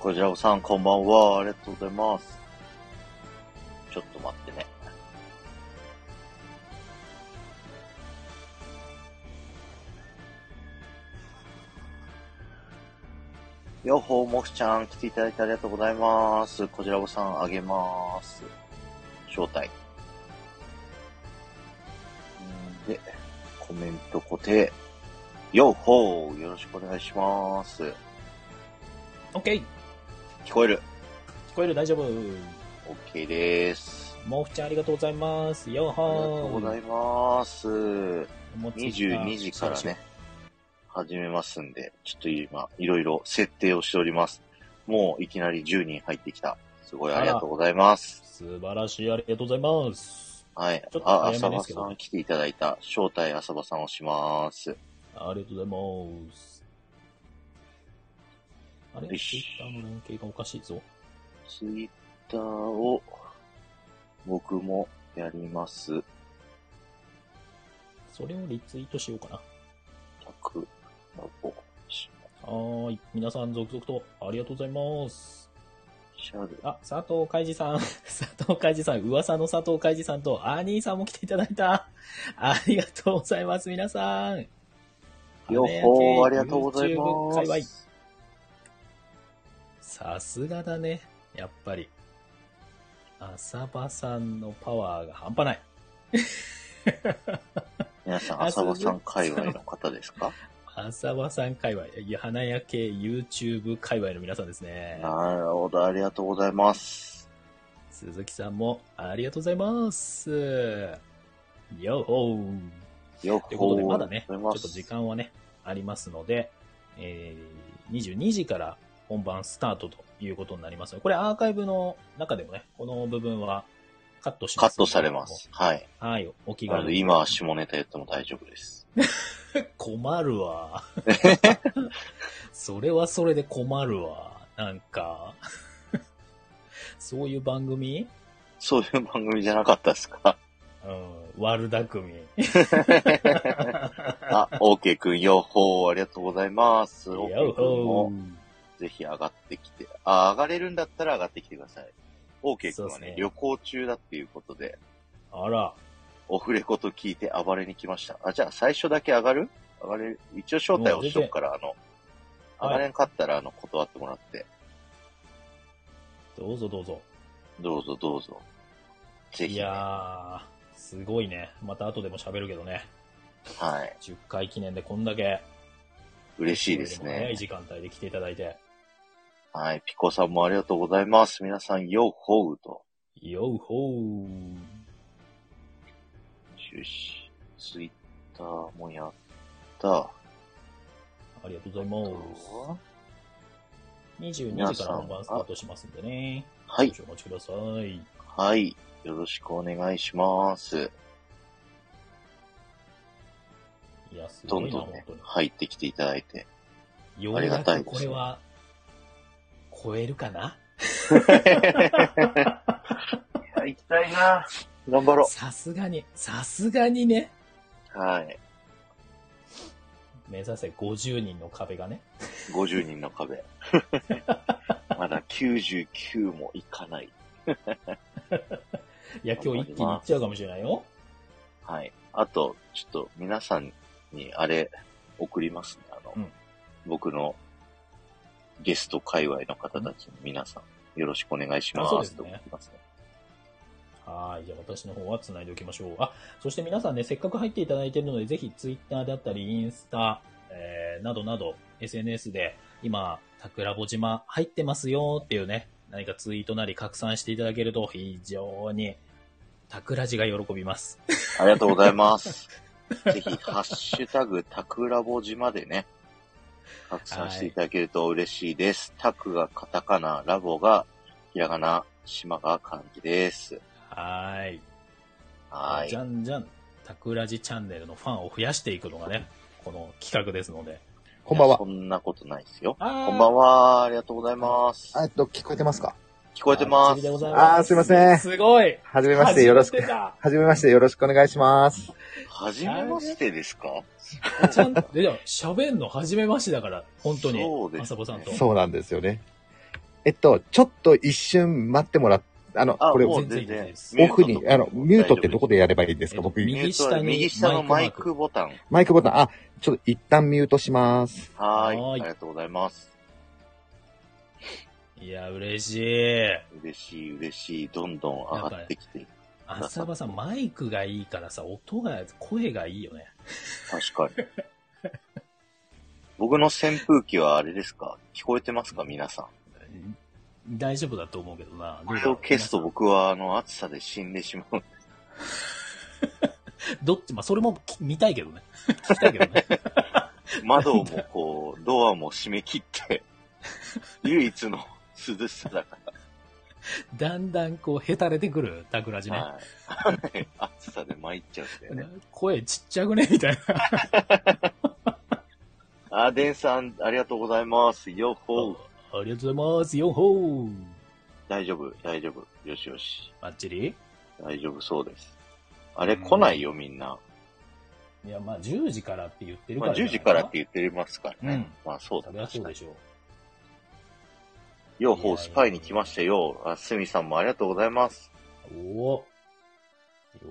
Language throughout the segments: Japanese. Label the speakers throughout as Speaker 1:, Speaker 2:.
Speaker 1: こちらこさん、こんばんは。ありがとうございます。ちょっと待ってね。よっほー、もくちゃん、来ていただいてありがとうございます。こちらこさん、あげます。招待。んで、コメント固定。よっほー、よろしくお願いします。
Speaker 2: オッケー聞
Speaker 1: 聞こえる。
Speaker 2: こえる大丈夫。
Speaker 1: OK です。
Speaker 2: モフちゃんありがとうございます。よー
Speaker 1: ありがとうご
Speaker 2: ほー。
Speaker 1: ざいます。
Speaker 2: お持ちした
Speaker 1: 22時からね、始めますんで、ちょっと今、いろいろ設定をしております。もういきなり10人入ってきた。すごいありがとうございます。
Speaker 2: 素晴らしい、ありがとうございます。
Speaker 1: はい
Speaker 2: ちょっ。と
Speaker 1: あ、
Speaker 2: 早
Speaker 1: 浅
Speaker 2: めで
Speaker 1: 場
Speaker 2: すけど
Speaker 1: さん来ていただいた。招待浅場さんをします。
Speaker 2: ありがとうございます。あれツ
Speaker 1: よ
Speaker 2: イ
Speaker 1: し
Speaker 2: ッターの連携がおかしいぞ。
Speaker 1: ツイッターを、僕もやります。
Speaker 2: それをリツイートしようかな。
Speaker 1: タクラボ、シ
Speaker 2: はーい。皆さん続々とありがとうございます。
Speaker 1: ャル。
Speaker 2: あ、佐藤海二さん。 佐藤海二さん。噂の佐藤海二さんとアーニーさんも来ていただいた。 ありがとうございます、皆さん。
Speaker 1: よっほー、ありがとうござい
Speaker 2: YouTube 界
Speaker 1: ま
Speaker 2: 隈
Speaker 1: す。
Speaker 2: さすがだね。やっぱり。浅場さんのパワーが半端ない。
Speaker 1: 皆さん、
Speaker 2: あ
Speaker 1: 浅場さん界隈の方です か
Speaker 2: 浅場さん界隈、いや花屋系 YouTube 界隈の皆さんですね。
Speaker 1: なるほど、ありがとうございます。
Speaker 2: 鈴木さんもありがとうございます。よっほー。
Speaker 1: よっ
Speaker 2: ということで、
Speaker 1: ほ
Speaker 2: ま
Speaker 1: ー
Speaker 2: だね、ち
Speaker 1: あ
Speaker 2: ょ
Speaker 1: りがとうござい
Speaker 2: っ
Speaker 1: ま
Speaker 2: と
Speaker 1: す
Speaker 2: 時間はね、ありますので、えー、22時から本番スタートということになりますのでこれアーカイブの中でもね、この部分はカットし
Speaker 1: カ
Speaker 2: ます。
Speaker 1: ットされま。す。はい。
Speaker 2: はい、お気
Speaker 1: な
Speaker 2: 軽
Speaker 1: の
Speaker 2: に
Speaker 1: で、。今は下ネタ言っても大丈夫です。
Speaker 2: 困 るわ。それはそれで困るわ。なんか、そういう番組
Speaker 1: そういう番組じゃなかったですか
Speaker 2: うん、悪巧み。
Speaker 1: あ、オーケーくん、よっほー、ありがとうございます。オーケ
Speaker 2: や
Speaker 1: ー
Speaker 2: っ
Speaker 1: くん
Speaker 2: ほ
Speaker 1: も、
Speaker 2: ー
Speaker 1: ぜひ上がってきて、あ、上がれるんだったら上がってきてください。オーケーくんは
Speaker 2: そうで
Speaker 1: ね
Speaker 2: すね
Speaker 1: 旅行中だっていうことで、
Speaker 2: あら、
Speaker 1: オフレコと聞いて暴れに来ました。あ、じゃあ最初だけ上がる上がれる一応招待をしとくから、あの、上がれんかったら、あの、断ってもらって。
Speaker 2: どうぞどうぞ。
Speaker 1: どうぞどうぞ。ぜひ、
Speaker 2: い
Speaker 1: ね。
Speaker 2: やー、すごいね。また後でも喋るけどね。
Speaker 1: はい。
Speaker 2: 10回記念でこんだけ、
Speaker 1: 嬉しいです
Speaker 2: 早
Speaker 1: ね
Speaker 2: い。時間帯で来ていただいて。
Speaker 1: はい。ピコさんもありがとうございます。皆さん、よっほうと。
Speaker 2: ようほー。
Speaker 1: 終始。ツイッターもやった。
Speaker 2: ありがとうございます。22
Speaker 1: 皆
Speaker 2: 時か
Speaker 1: さ
Speaker 2: ら
Speaker 1: ん
Speaker 2: 本番スタートしますんでね。
Speaker 1: はい。
Speaker 2: 少々お待ちください。
Speaker 1: はい。よろしくお願いします。
Speaker 2: いや、す
Speaker 1: ど
Speaker 2: ご
Speaker 1: ん
Speaker 2: いな、
Speaker 1: どん
Speaker 2: 本
Speaker 1: ね
Speaker 2: 当、に。
Speaker 1: 入ってきていただいて。
Speaker 2: よ
Speaker 1: あ
Speaker 2: う
Speaker 1: りが
Speaker 2: や
Speaker 1: たいで
Speaker 2: く
Speaker 1: すね
Speaker 2: これは、超えるかない
Speaker 1: や行きたいな。 頑張ろ
Speaker 2: さすがに、さすがにね、
Speaker 1: う。はい。
Speaker 2: 目指せ50人の壁がね。
Speaker 1: 50人の 壁。まだ99もいかない。
Speaker 2: いや、今日一気に行っちゃうかもしれないよ。
Speaker 1: はい。あと、ちょっと皆さんにあれ送りますね。あの、
Speaker 2: うん
Speaker 1: 僕のゲスト界隈の方たちに皆さんよろしくお願いしま
Speaker 2: あ
Speaker 1: す。
Speaker 2: そうですね
Speaker 1: と思いますね
Speaker 2: はい。じゃあ私の方は繋いでおきましょう。あ、そして皆さんね、せっかく入っていただいているので、ぜひ Twitter だったり、インスタ、えー、などなど、SNS で、今、桜穂島入ってますよっていうね、何かツイートなり拡散していただけると、非常に、桜地が喜びます。
Speaker 1: ありがとうございます。 ぜひ、ハッシュタグ、タクラボ島でね、拡散していただけると嬉しいです。タクがカタカナ、ラボがひらがな、島が漢字です。
Speaker 2: はい。
Speaker 1: は
Speaker 2: じ
Speaker 1: い。
Speaker 2: ゃんじゃん、タクラジチャンネルのファンを増やしていくのがね、この企画ですので。
Speaker 3: こんばんは
Speaker 1: そ。んなことないですよ。
Speaker 2: あー
Speaker 1: こんばんは。ありがとうございます。
Speaker 3: あえっと、聞こえてますか
Speaker 1: 聞こえてま
Speaker 2: あ
Speaker 1: す
Speaker 2: 釣りで。ござい
Speaker 3: あーすいません
Speaker 2: すごい。
Speaker 3: はじめまして、よろしく。
Speaker 2: 初めてだ
Speaker 3: はじめまして、よろしくお願いします。
Speaker 1: はじめましてですか
Speaker 2: ちゃんと、いや、喋んの初めましてだから、本当に。
Speaker 1: そうですね
Speaker 2: 浅場さんと。
Speaker 3: そうなんですよね。えっと、ちょっと一瞬待ってもらっあの、
Speaker 1: あ
Speaker 3: これ、
Speaker 1: もう
Speaker 3: オ
Speaker 1: 全然
Speaker 2: です
Speaker 1: ミュート
Speaker 3: フに、あの、ミュートってどこでやればいいんです
Speaker 2: え
Speaker 3: か
Speaker 2: っと
Speaker 3: 僕、
Speaker 2: ミュー
Speaker 1: ミュ
Speaker 2: 右
Speaker 1: ー
Speaker 2: 下
Speaker 1: ト
Speaker 2: に
Speaker 1: 右下のマイクボタン。
Speaker 3: マイクボタン、あ、ちょっと一旦ミュートします。
Speaker 1: はー。
Speaker 2: はい
Speaker 1: あ
Speaker 2: ー
Speaker 1: り
Speaker 2: い
Speaker 1: がとうございます。
Speaker 2: いや、嬉しい。
Speaker 1: 嬉しい、嬉しい。どんどん上がってきて。
Speaker 2: 浅場さん、マイクがいいからさ、音が、声がいいよね。
Speaker 1: 確かに。僕の扇風機はあれですか聞こえてますか皆さん。
Speaker 2: 大丈夫だと思うけどな。
Speaker 1: これを消すと僕はあの暑さで死んでしまう。
Speaker 2: どっち、まあ、それもき見たいけどね。聞きたいけどね。
Speaker 1: 窓もこう、ドアも閉め切って、唯一の涼しさだか
Speaker 2: だんだんこう、へたれてくる、タクラジ
Speaker 1: ら。
Speaker 2: ね。
Speaker 1: はい。暑さで参っちゃうんだよね。
Speaker 2: 声ちっちゃくねみたいな。
Speaker 1: あ、デンさん、ありがとうございます。よっほー。
Speaker 2: あありがとうございます。よっほー。
Speaker 1: 大丈夫、大丈夫。よしよし。
Speaker 2: バッチリ
Speaker 1: 大丈夫そうです。あれ、
Speaker 2: うん
Speaker 1: 来ないよ、みんな。
Speaker 2: いや、まあ、10時からって言ってるか
Speaker 1: まあ、
Speaker 2: らじゃ
Speaker 1: 10
Speaker 2: ない
Speaker 1: 時
Speaker 2: か
Speaker 1: か
Speaker 2: な。
Speaker 1: らって言ってますからね。まあ、そうだ
Speaker 2: そりゃ
Speaker 1: 確
Speaker 2: そう
Speaker 1: か
Speaker 2: で
Speaker 1: に。
Speaker 2: しょう。
Speaker 1: よっほー、スパイに来ましたよ。あ、スミさんもありがとうございます。
Speaker 2: おお。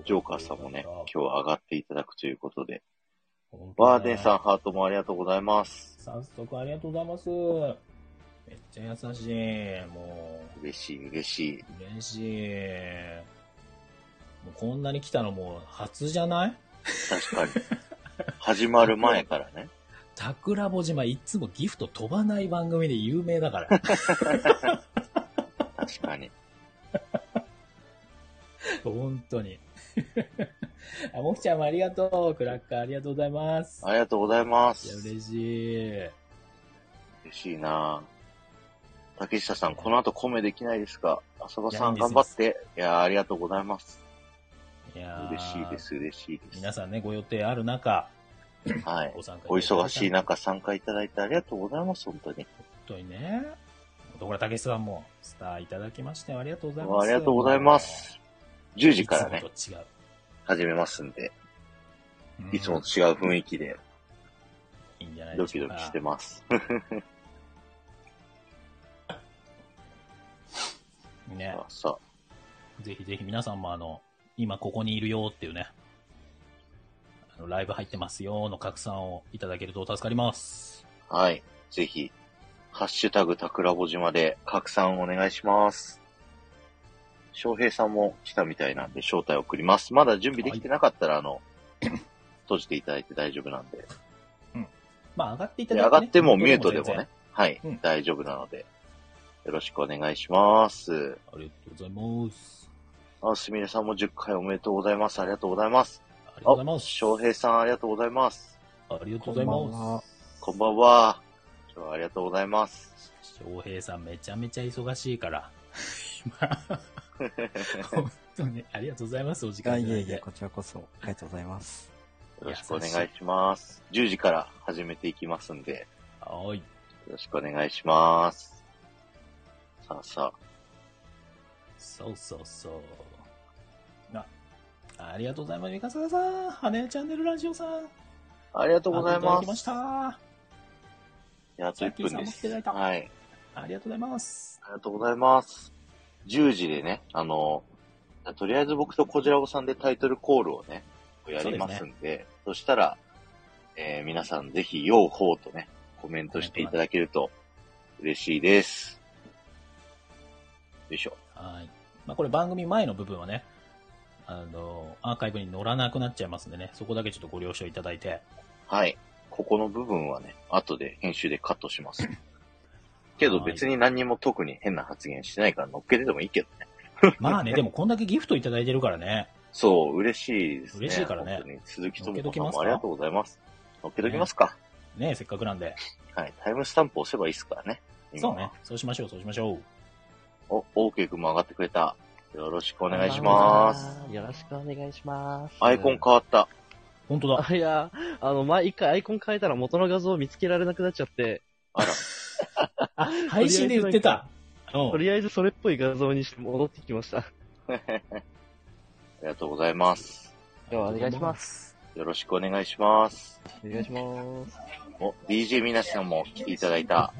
Speaker 1: ジョーカーさんもね、今日は上がっていただくということで。
Speaker 2: 日
Speaker 1: わーデンさん、。ハートもありがとうございます。
Speaker 2: 早速ありがとうございます。めっちゃ優しい。も
Speaker 1: 嬉しい、嬉しい。
Speaker 2: う、嬉しい。もうこんなに来たのもう初じゃない
Speaker 1: 確かに。始まる前からね。
Speaker 2: 桜穂島いつもギフト飛ばない番組で有名 だから。
Speaker 1: 確かに。
Speaker 2: 本当に。あ、もふちゃんもありがとう。クラッカーありがとうございます。
Speaker 1: ありがとうございま
Speaker 2: いや、
Speaker 1: す。
Speaker 2: 嬉しい。
Speaker 1: 嬉しいなぁ竹下さん、この後コメできないですが、浅場さん
Speaker 2: いや
Speaker 1: 頑
Speaker 2: いいん
Speaker 1: 張
Speaker 2: で
Speaker 1: っ
Speaker 2: す
Speaker 1: て。いやありがとうございます。
Speaker 2: いや
Speaker 1: 嬉しいで。す、嬉しいです。
Speaker 2: 皆さんね、ご予定ある中、
Speaker 1: はい。
Speaker 2: ご参加
Speaker 1: お忙しい
Speaker 2: な。
Speaker 1: 中参加いただいてありがとうございます、本当に。
Speaker 2: 本当にね。ところたけしさんもスターいただきましてありがとうございます。
Speaker 1: ありがとうございます。10時から
Speaker 2: い
Speaker 1: ね、
Speaker 2: つもと
Speaker 1: 始めますんで、
Speaker 2: 違う。うん
Speaker 1: いつもと違う雰囲気で
Speaker 2: いいんじゃない
Speaker 1: ド
Speaker 2: で
Speaker 1: キ
Speaker 2: しょ
Speaker 1: ド
Speaker 2: うか。
Speaker 1: キしてます。
Speaker 2: ね。
Speaker 1: さあ、
Speaker 2: ぜひぜひ皆さんもあの、今ここにいるよっていうね、あの、ライブ入ってますよの拡散をいただけると助かります。
Speaker 1: はい。ぜひ、ハッシュタグ、たくらぼじまで拡散お願いします。翔平さんも来たみたいなんで、招待送ります。まだ準備できてなかったら、あの、閉じていただいて大丈夫なんで。
Speaker 2: まあ上がっていた
Speaker 1: で
Speaker 2: だい
Speaker 1: 上がっても
Speaker 2: ね
Speaker 1: ミュートでも
Speaker 2: 全
Speaker 1: ね
Speaker 2: 然、
Speaker 1: はい、
Speaker 2: うん
Speaker 1: 大丈夫なので、よろしくお願いします。
Speaker 2: ありがとうございます。
Speaker 1: あ、すみれさんも10回おめでとうございます。ありがとうございます。
Speaker 2: ありがとうござい
Speaker 1: あ
Speaker 2: ま、す。
Speaker 1: 翔平さんありがとうございます。
Speaker 2: ありがとうございます。
Speaker 3: こんばんは
Speaker 1: こんばんは。今日はありがとうございます。
Speaker 2: 翔平さんめちゃめちゃ忙しいから。今本当にありがとうございます、お時
Speaker 4: あ、
Speaker 2: 間い
Speaker 4: い
Speaker 2: ただ
Speaker 4: え
Speaker 2: い
Speaker 4: い
Speaker 2: て
Speaker 4: え、こちらこそ、ありがとうございます。
Speaker 1: よろしくお願いします。10時から始めていきますんで、
Speaker 2: はい。
Speaker 1: よろしくお願いします。さあさ
Speaker 2: そうそうそう。あ、ありがとうございます。三笠さん、羽根チャンネルラジオさん。
Speaker 1: あ、ありがとうござい
Speaker 2: あのただ
Speaker 1: ま。
Speaker 2: きますした。あ
Speaker 1: いや、あと1分
Speaker 2: さっきさん
Speaker 1: で
Speaker 2: も来ていただい
Speaker 1: す。
Speaker 2: た
Speaker 1: はい。
Speaker 2: りがとうございます。
Speaker 1: ありがとうございます。10時でね、あの、とりあえず僕とこじらぼさんでタイトルコールをね、やりますんで、そしたら、えー皆さんぜひ、ようほうとね、コメントしていただけると嬉しいです。よいしょ。
Speaker 2: はい。まあ、これ番組前の部分はね、あの、アーカイブに載らなくなっちゃいますんでね、そこだけちょっとご了承いただ いて。
Speaker 1: はい。ここの部分はね、後で編集でカットします。けど別に何にも特に変な発言してないから乗っけててもいいけどね。
Speaker 2: まあね、でもこんだけギフトいただいてるからね。
Speaker 1: そう、嬉しいですね。
Speaker 2: 嬉しいからね
Speaker 1: 本当に鈴木智
Speaker 2: 乗っ
Speaker 1: 子
Speaker 2: けとき
Speaker 1: さん
Speaker 2: ます
Speaker 1: も
Speaker 2: か
Speaker 1: ありがとうございます。乗っけときますか。
Speaker 2: ねせっかくなんで。
Speaker 1: はい、タイムスタンプ押せばいいですからね。今
Speaker 2: そうね。。そうしましょう、そうしましょう。
Speaker 1: お、オーケー君も上がってくれた。よろしくお
Speaker 4: お
Speaker 1: 願いします。。
Speaker 4: よろしくお願いします。
Speaker 1: アイコン変わった。
Speaker 2: 本当だ。
Speaker 4: あ、いや、あの、前一回アイコン変えたら元の画像を見つけられなくなっちゃって、
Speaker 1: あら、
Speaker 2: あ、 配信で言ってた。う
Speaker 4: と
Speaker 2: ん。
Speaker 4: りあえずそれっぽい画像にして戻ってきま した。
Speaker 1: ありがとうございます。
Speaker 4: ではお願いします。
Speaker 1: よろしくお願いします。
Speaker 4: お願いします。
Speaker 1: お、DJ みなしさんも来ていただいた。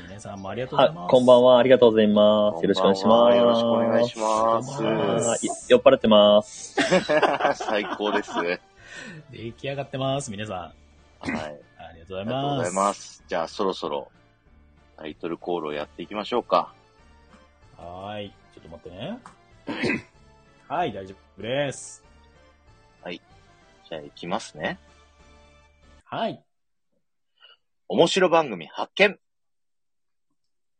Speaker 2: いいねンさんもありがとうござ
Speaker 5: は
Speaker 2: います。
Speaker 5: こんばん
Speaker 2: は。
Speaker 5: は、ありがとうございます。
Speaker 1: こ
Speaker 5: よろ
Speaker 1: ん
Speaker 5: しくお願いしま
Speaker 1: ばんは
Speaker 5: す。
Speaker 1: よろしくお願いし
Speaker 2: こんばん
Speaker 1: ま
Speaker 2: は
Speaker 5: あい酔っ払ってます。
Speaker 1: す。 最高です。はい。
Speaker 2: 出来上がってます、皆さん。あ
Speaker 1: あ
Speaker 2: りがとうござい
Speaker 1: りがとう
Speaker 2: ま
Speaker 1: ござ
Speaker 2: す。
Speaker 1: います。じゃあ、そろそろ、タイトルコールをやっていきましょうか。
Speaker 2: はーい。ちょっと待ってね。 はい、大丈夫です。
Speaker 1: じゃあ、いきますね。
Speaker 2: はい。
Speaker 1: 面白番組発見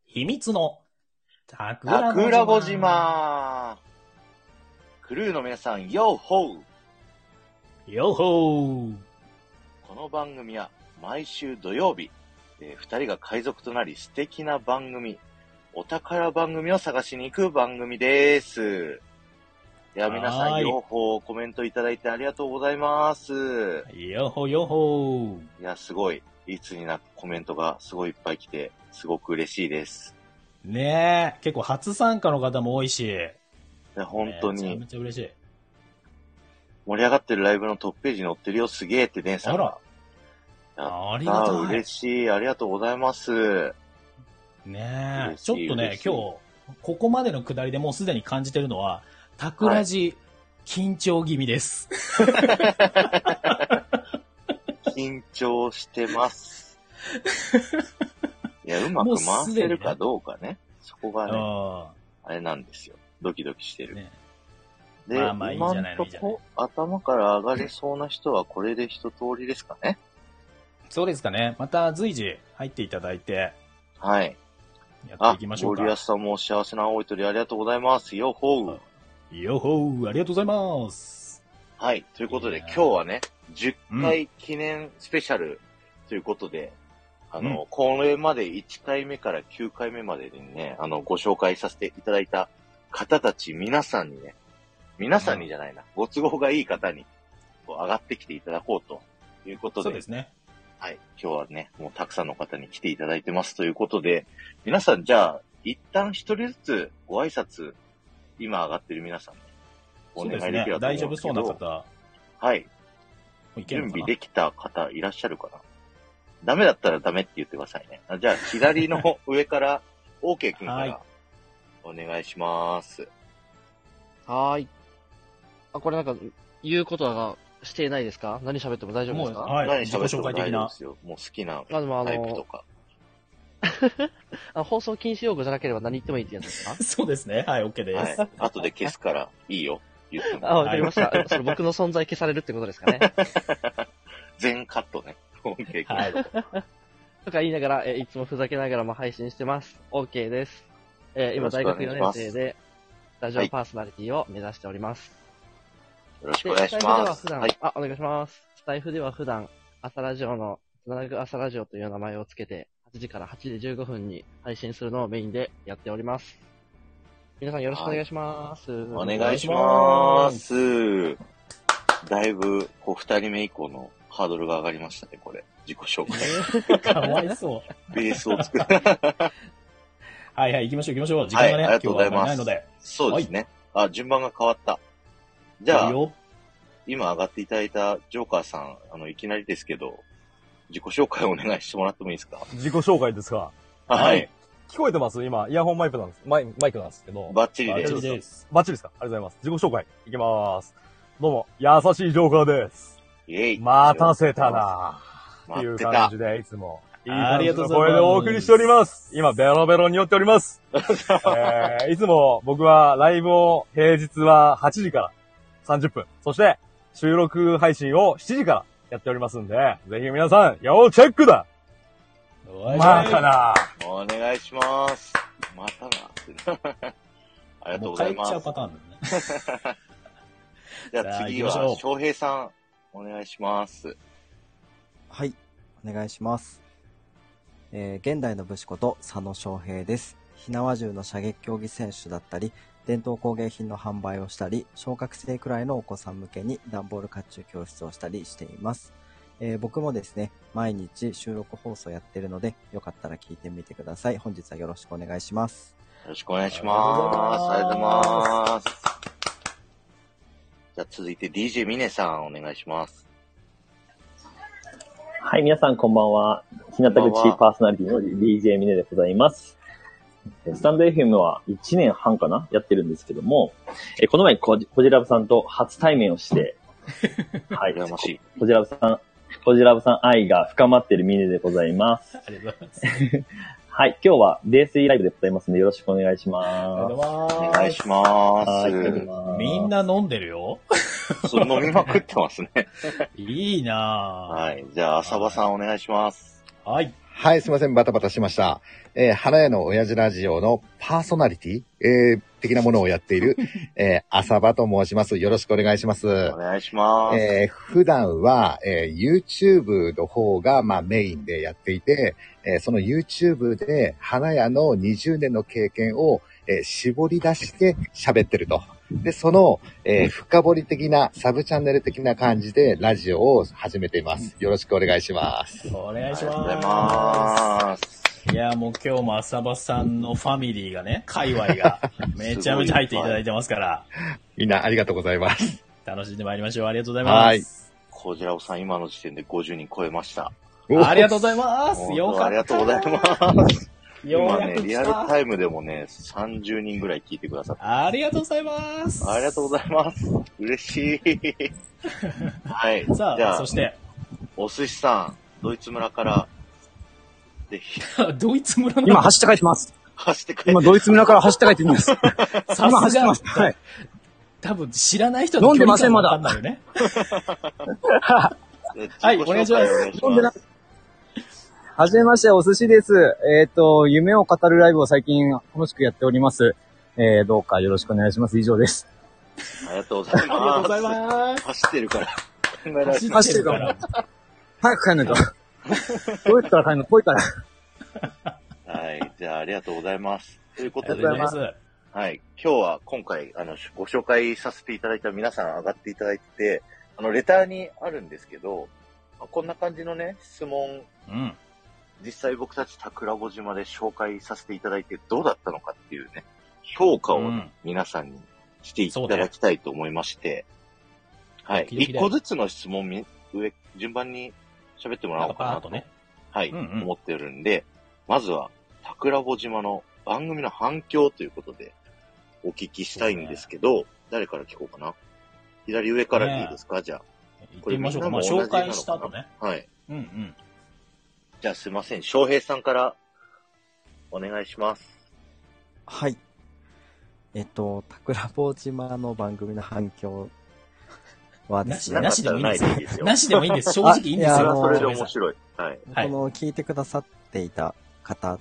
Speaker 2: 秘密の、タク
Speaker 1: タクラボ。島クルーの皆さん、ヨーホー
Speaker 2: よっほー。
Speaker 1: この番組は毎週土曜日、え2人が海賊となり素敵な番組、お宝番組を探しに行く番組です。では皆さ
Speaker 2: は
Speaker 1: ん、
Speaker 2: ーい
Speaker 1: 両方コメントいただいてありがとうございます。
Speaker 2: よっほーよっほー。
Speaker 1: いや、すごい。いつになくコメントがすごいいっぱい来て、すごく嬉しいです。
Speaker 2: ねえ、結構初参加の方も多いし。
Speaker 1: で本当
Speaker 2: ねえめちゃ
Speaker 1: に
Speaker 2: めちゃ嬉しい。
Speaker 1: 盛り上がってるライブのトップページに載ってるよ、すげえってデンさん
Speaker 2: あ
Speaker 1: が
Speaker 2: ら。
Speaker 1: や
Speaker 2: ありが
Speaker 1: ああ、
Speaker 2: たい
Speaker 1: 嬉。しい。ありがとうございます。
Speaker 2: ねえ、ちょ
Speaker 1: 嬉し
Speaker 2: っ
Speaker 1: い
Speaker 2: とね
Speaker 1: 嬉、しい
Speaker 2: 今日、ここまでの下りでもうすでに感じてるのは、タクラジ、緊張気味です。
Speaker 1: 緊張して ます。いや、うまく回せるかどうかね。そこがね、
Speaker 2: う
Speaker 1: あれなんですよ。ドキドキしてる。
Speaker 2: ん。ね
Speaker 1: で、
Speaker 2: まあまあいいんじ
Speaker 1: 今
Speaker 2: ゃない
Speaker 1: んと
Speaker 2: いいんじゃない
Speaker 1: こ頭から上がれそうな人はこれで一通りですかね。
Speaker 2: そうですかね。また随時入っていただいて、
Speaker 1: はい。
Speaker 2: やって
Speaker 1: あ、
Speaker 2: いきましょう
Speaker 1: 森保
Speaker 2: か。
Speaker 1: さんも幸せな青い鳥ありがとうございます。よっほー。
Speaker 2: よっほー、ありがとうございます。
Speaker 1: はい。ということで、
Speaker 2: いや
Speaker 1: 今
Speaker 2: ー
Speaker 1: 日はね、10回記念スペシャルということで、あの、これまで1回目から9回目までにね、あの、ご紹介させていただいた方たち皆さんにね、皆さんにじゃないな、ご都合がいい方に、こう上がってきていただこうということ
Speaker 2: そ
Speaker 1: で、
Speaker 2: うですね。
Speaker 1: はい。今日はね、もうたくさんの方に来ていただいてますということで、皆さんじゃあ、一旦一人ずつご挨拶、今上がってる皆さん、お
Speaker 2: そう
Speaker 1: 願い
Speaker 2: で
Speaker 1: ですきれば
Speaker 2: ね
Speaker 1: と思。
Speaker 2: 大丈夫そうな
Speaker 1: うんですけど。
Speaker 2: 方、
Speaker 1: はい。
Speaker 2: いける
Speaker 1: 準
Speaker 2: のか
Speaker 1: 備
Speaker 2: な
Speaker 1: できた方いらっしゃるかなダメだったらダメって言ってくださいね。あじゃあ、左 の上から、OK 君か
Speaker 2: はい
Speaker 1: ら、お願いします。
Speaker 4: はーい。あ、これなんか、言うことはしてないですか何喋っても大丈夫
Speaker 2: も
Speaker 4: で
Speaker 2: う、
Speaker 4: すか
Speaker 2: はい、自己
Speaker 1: 喋って
Speaker 2: 紹
Speaker 1: も
Speaker 2: 介
Speaker 1: 大
Speaker 2: 的
Speaker 1: 丈夫
Speaker 2: な
Speaker 1: で。すよ。もう好きな
Speaker 4: まあでもあ
Speaker 1: タイプと
Speaker 4: の、
Speaker 1: か。
Speaker 4: あ放送禁止用語じゃなければ何言ってもいいってやつですか
Speaker 2: そうですね。はい、OK で
Speaker 1: は
Speaker 2: す。
Speaker 1: い。後で消すから、いいよ。言って
Speaker 4: あ、
Speaker 1: も。
Speaker 4: わかりました。 それ僕の存在消されるってことですかね。
Speaker 1: 全カットね。OK 君。
Speaker 2: はい。
Speaker 4: とか言いながら、えーいつもふざけながらも配信してます。OK です。えー
Speaker 1: よろ
Speaker 4: 今
Speaker 1: しくお
Speaker 4: 大
Speaker 1: 願
Speaker 4: 学
Speaker 1: いし
Speaker 4: 4年
Speaker 1: ます
Speaker 4: 生で、ラジオパーソナリティを目指しております。
Speaker 1: よろしく
Speaker 4: で、
Speaker 1: お願いし
Speaker 4: スタイフで
Speaker 1: ま
Speaker 4: は普
Speaker 1: す。
Speaker 4: 段、
Speaker 1: はい。
Speaker 4: あ、お願いします。スタイフでは普段、朝ラジオの、つなぐ朝ラジオという名前をつけて、8時から8時15分に配信するのをメインでやっております。皆さんよろしくお願いします。
Speaker 1: お
Speaker 2: い
Speaker 1: 願いします。だいぶ、こう、二人目以降のハードルが上がりましたね、これ。自己紹介。
Speaker 2: かわいそう。
Speaker 1: ベースを 作る。
Speaker 2: はいはい、行きましょう行きましょう。時間がね、
Speaker 1: はいありがとう
Speaker 2: 今
Speaker 1: ご
Speaker 2: 日
Speaker 1: ざます
Speaker 2: はいあまりないので。
Speaker 1: そうですね。あ、順番が変わった。じ
Speaker 2: じ
Speaker 1: ゃあ、
Speaker 2: よ。
Speaker 1: 今上がっていただいたジョーカーさん、あの、いきなりですけど、自己紹介をお願いしてもらってもいいですか
Speaker 6: 自己紹介ですか
Speaker 1: は
Speaker 2: はいい。
Speaker 6: 聞こえてます今、イヤホンマイクなんです。マイマイクなんですけど。
Speaker 1: バッチリ
Speaker 2: 大
Speaker 1: で
Speaker 2: 丈夫
Speaker 1: す。
Speaker 2: です。
Speaker 6: バッチリですかありがとうございます。自己紹介いきまーす。どうも、優しいジョーカーです。
Speaker 1: イェイ。
Speaker 6: 待たせた。なってい
Speaker 1: 待っ
Speaker 6: う
Speaker 1: て
Speaker 6: 感
Speaker 1: た
Speaker 6: じ。で、いつも。いい
Speaker 2: あ
Speaker 6: 感
Speaker 2: り
Speaker 6: じ
Speaker 2: がとう
Speaker 6: の
Speaker 2: ござい
Speaker 6: 声
Speaker 2: ます
Speaker 6: でお送りしております。今、ベロベロに酔っており ます。えー、いつも僕はライブを平日は8時から30分。そして、収録配信を7時からやっておりますんで、ぜひ皆さん、要チェックだ
Speaker 2: お
Speaker 6: またな
Speaker 1: お願いします。またなって。ありがとう
Speaker 2: も
Speaker 1: ご
Speaker 2: う
Speaker 1: ざ
Speaker 2: 帰
Speaker 1: い
Speaker 2: っちゃ
Speaker 1: ま
Speaker 2: う
Speaker 1: す
Speaker 2: パ。ターンだね。
Speaker 1: じゃあ次は
Speaker 2: じゃあ行きましょう、
Speaker 1: 翔平さん、お願いします。
Speaker 7: はい、お願いします。えー現代の武士こと佐野翔平です。火縄銃の射撃競技選手だったり、伝統工芸品の販売をしたり、小学生くらいのお子さん向けに段ボール甲冑教室をしたりしています。えー僕もですね、毎日収録放送やってるので、よかったら聞いてみてください。本日はよろしくお願いします。
Speaker 1: よろしくお願いします。あ
Speaker 2: あ
Speaker 1: り
Speaker 2: り
Speaker 1: が
Speaker 2: が
Speaker 1: と
Speaker 2: と
Speaker 1: う
Speaker 2: う
Speaker 1: ご
Speaker 2: ご
Speaker 1: ざ
Speaker 2: ざ
Speaker 1: います。じゃあ続いて DJ ミネさん、お願いします。
Speaker 5: はい、皆さんこんばんは。日向
Speaker 1: こんばん
Speaker 5: 口
Speaker 1: は
Speaker 5: パーソナリティの DJ ミネでございます。えスタンド FM は1年半かなやってるんですけども、えこの前こじ、こじらぶさんと初対面を して、はい、
Speaker 1: 羨ましい。
Speaker 5: こじらぶさん、こじらぶさん愛が深まってるミネでございます。
Speaker 2: ありがとうございます。
Speaker 5: はい、今日は泥酔ライブでございますのでよろしくお願いしま
Speaker 2: あ
Speaker 5: す。
Speaker 2: りがとうござい
Speaker 1: お
Speaker 2: ます。
Speaker 1: 願いしま
Speaker 5: はい
Speaker 1: す。
Speaker 2: みんな飲んでるよ。
Speaker 1: そう飲みまくってますね。
Speaker 2: いいなぁ。
Speaker 1: はい。じゃあ、浅場さんお願いします。
Speaker 2: はい。
Speaker 3: はい、すいません、バタバタしました。えー、花屋の親父ラジオのパーソナリティ、えー、的なものをやって いる、えー、浅場と申します。よろしくお願いします。
Speaker 1: お願いします。
Speaker 3: えー普段は、えー YouTube の方が、まあ、メインでやっていて、えーその YouTube で花屋の20年の経験を、えー絞り出して喋ってると。で、その、えー深掘り的な、サブチャンネル的な感じでラジオを始めています。よろしくお願いします。
Speaker 2: お願いし
Speaker 1: ありがとうご
Speaker 2: ま
Speaker 1: ざいま
Speaker 2: す。
Speaker 1: す。
Speaker 2: いや、もう今日も浅場さんのファミリーがね、界隈 がめちゃめちゃ入っていただいてますから、
Speaker 3: みんなありがとうございます。
Speaker 2: 楽しんでまいりましょう。ありがとうございます。
Speaker 1: こじらおさん、今の時点で50人超えました。
Speaker 2: ありがとうございます。
Speaker 1: 本当
Speaker 2: よかった。
Speaker 1: ありがとうございます。
Speaker 2: す。よ
Speaker 1: 今
Speaker 2: うや
Speaker 1: ね、
Speaker 2: く
Speaker 1: リ
Speaker 2: 来
Speaker 1: アル
Speaker 2: た。
Speaker 1: タイムでもね、30人ぐらい聞いてくださって。
Speaker 2: ありがとうございます。
Speaker 1: ありがとうございます。嬉しい。はい。
Speaker 2: ます。 さ
Speaker 1: じゃ
Speaker 2: あ、
Speaker 1: あ
Speaker 2: そ、して、
Speaker 1: お寿司さん、ドイツ村から、ぜひ、
Speaker 2: ドイツ村の
Speaker 8: 今走って帰ってます。
Speaker 1: 走って帰っ
Speaker 8: 今
Speaker 1: て。
Speaker 8: ドイツ村から走って帰ってき ます。
Speaker 2: さ
Speaker 8: 今走
Speaker 2: す
Speaker 8: って
Speaker 2: が
Speaker 8: ま、す。はい。
Speaker 2: 多分知らない人の
Speaker 8: 飲ん
Speaker 2: 距
Speaker 8: で
Speaker 2: 離
Speaker 8: ませ
Speaker 2: 感
Speaker 8: んま
Speaker 2: が
Speaker 8: だ
Speaker 2: わかんないよね。
Speaker 1: え
Speaker 2: はいお願いします
Speaker 1: 自己紹介お願いします。
Speaker 8: はじめまして、お寿司です。えっ、と、夢を語るライブを最近楽しくやっております。えー、どうかよろしくお願いします。以上です。
Speaker 1: ありがとうござい
Speaker 2: ありがとう
Speaker 1: ま
Speaker 2: ござい
Speaker 1: す。
Speaker 2: ます。
Speaker 1: 走ってるから。考え られない。
Speaker 2: 走ってるから。
Speaker 8: 早く帰んないと。どうやったら帰んの遠いから。
Speaker 1: はい。じゃあ、ありがとうございます。というこ
Speaker 2: ありが
Speaker 1: と
Speaker 2: とう
Speaker 1: で
Speaker 2: ござ
Speaker 1: ね
Speaker 2: いま、す。
Speaker 1: はい。今日は今回、あの、ご紹介させていただいた皆さん上がっていただいてて、あの、レターにあるんですけど、まあこんな感じのね、質問、
Speaker 2: うん。
Speaker 1: 実際僕たち桜子島で紹介させていただいてどうだったのかっていうね、評価をね、
Speaker 2: うん
Speaker 1: 皆さんにしていただきたいと思いまして、はい。
Speaker 2: ドキドキ
Speaker 1: 一
Speaker 2: だよ
Speaker 1: 個ずつの質問み、上、順番に喋っても
Speaker 2: な
Speaker 1: ら
Speaker 2: ん
Speaker 1: おう
Speaker 2: か
Speaker 1: か
Speaker 2: パー
Speaker 1: な
Speaker 2: ッと
Speaker 1: と、
Speaker 2: ね。
Speaker 1: はい、
Speaker 2: うんうん
Speaker 1: 思ってるんで、まずは、桜子島の番組の反響ということで、お聞きしたいんですけど、誰から聞こうかな。左上からでいいですか、じゃ
Speaker 2: 行ってみましょうか。まあ、
Speaker 1: これみんなも同じな
Speaker 2: 紹
Speaker 1: のかな
Speaker 2: 介した後ね。
Speaker 1: あ。はい。
Speaker 2: うんうん。
Speaker 1: じゃあすいません。翔平さんから、お願いします。
Speaker 7: はい。えっと、桜坊島の番組の反響はです
Speaker 2: な
Speaker 7: ね、
Speaker 2: しでもいいです
Speaker 1: かった
Speaker 2: よ
Speaker 1: らないですよ
Speaker 2: なしでもいいんです。正直いいんですよ。
Speaker 1: そ
Speaker 7: あ
Speaker 1: れ
Speaker 7: の
Speaker 1: は
Speaker 7: ー
Speaker 1: それで面白い。はい。
Speaker 2: はい
Speaker 7: この聞いてくださっていた方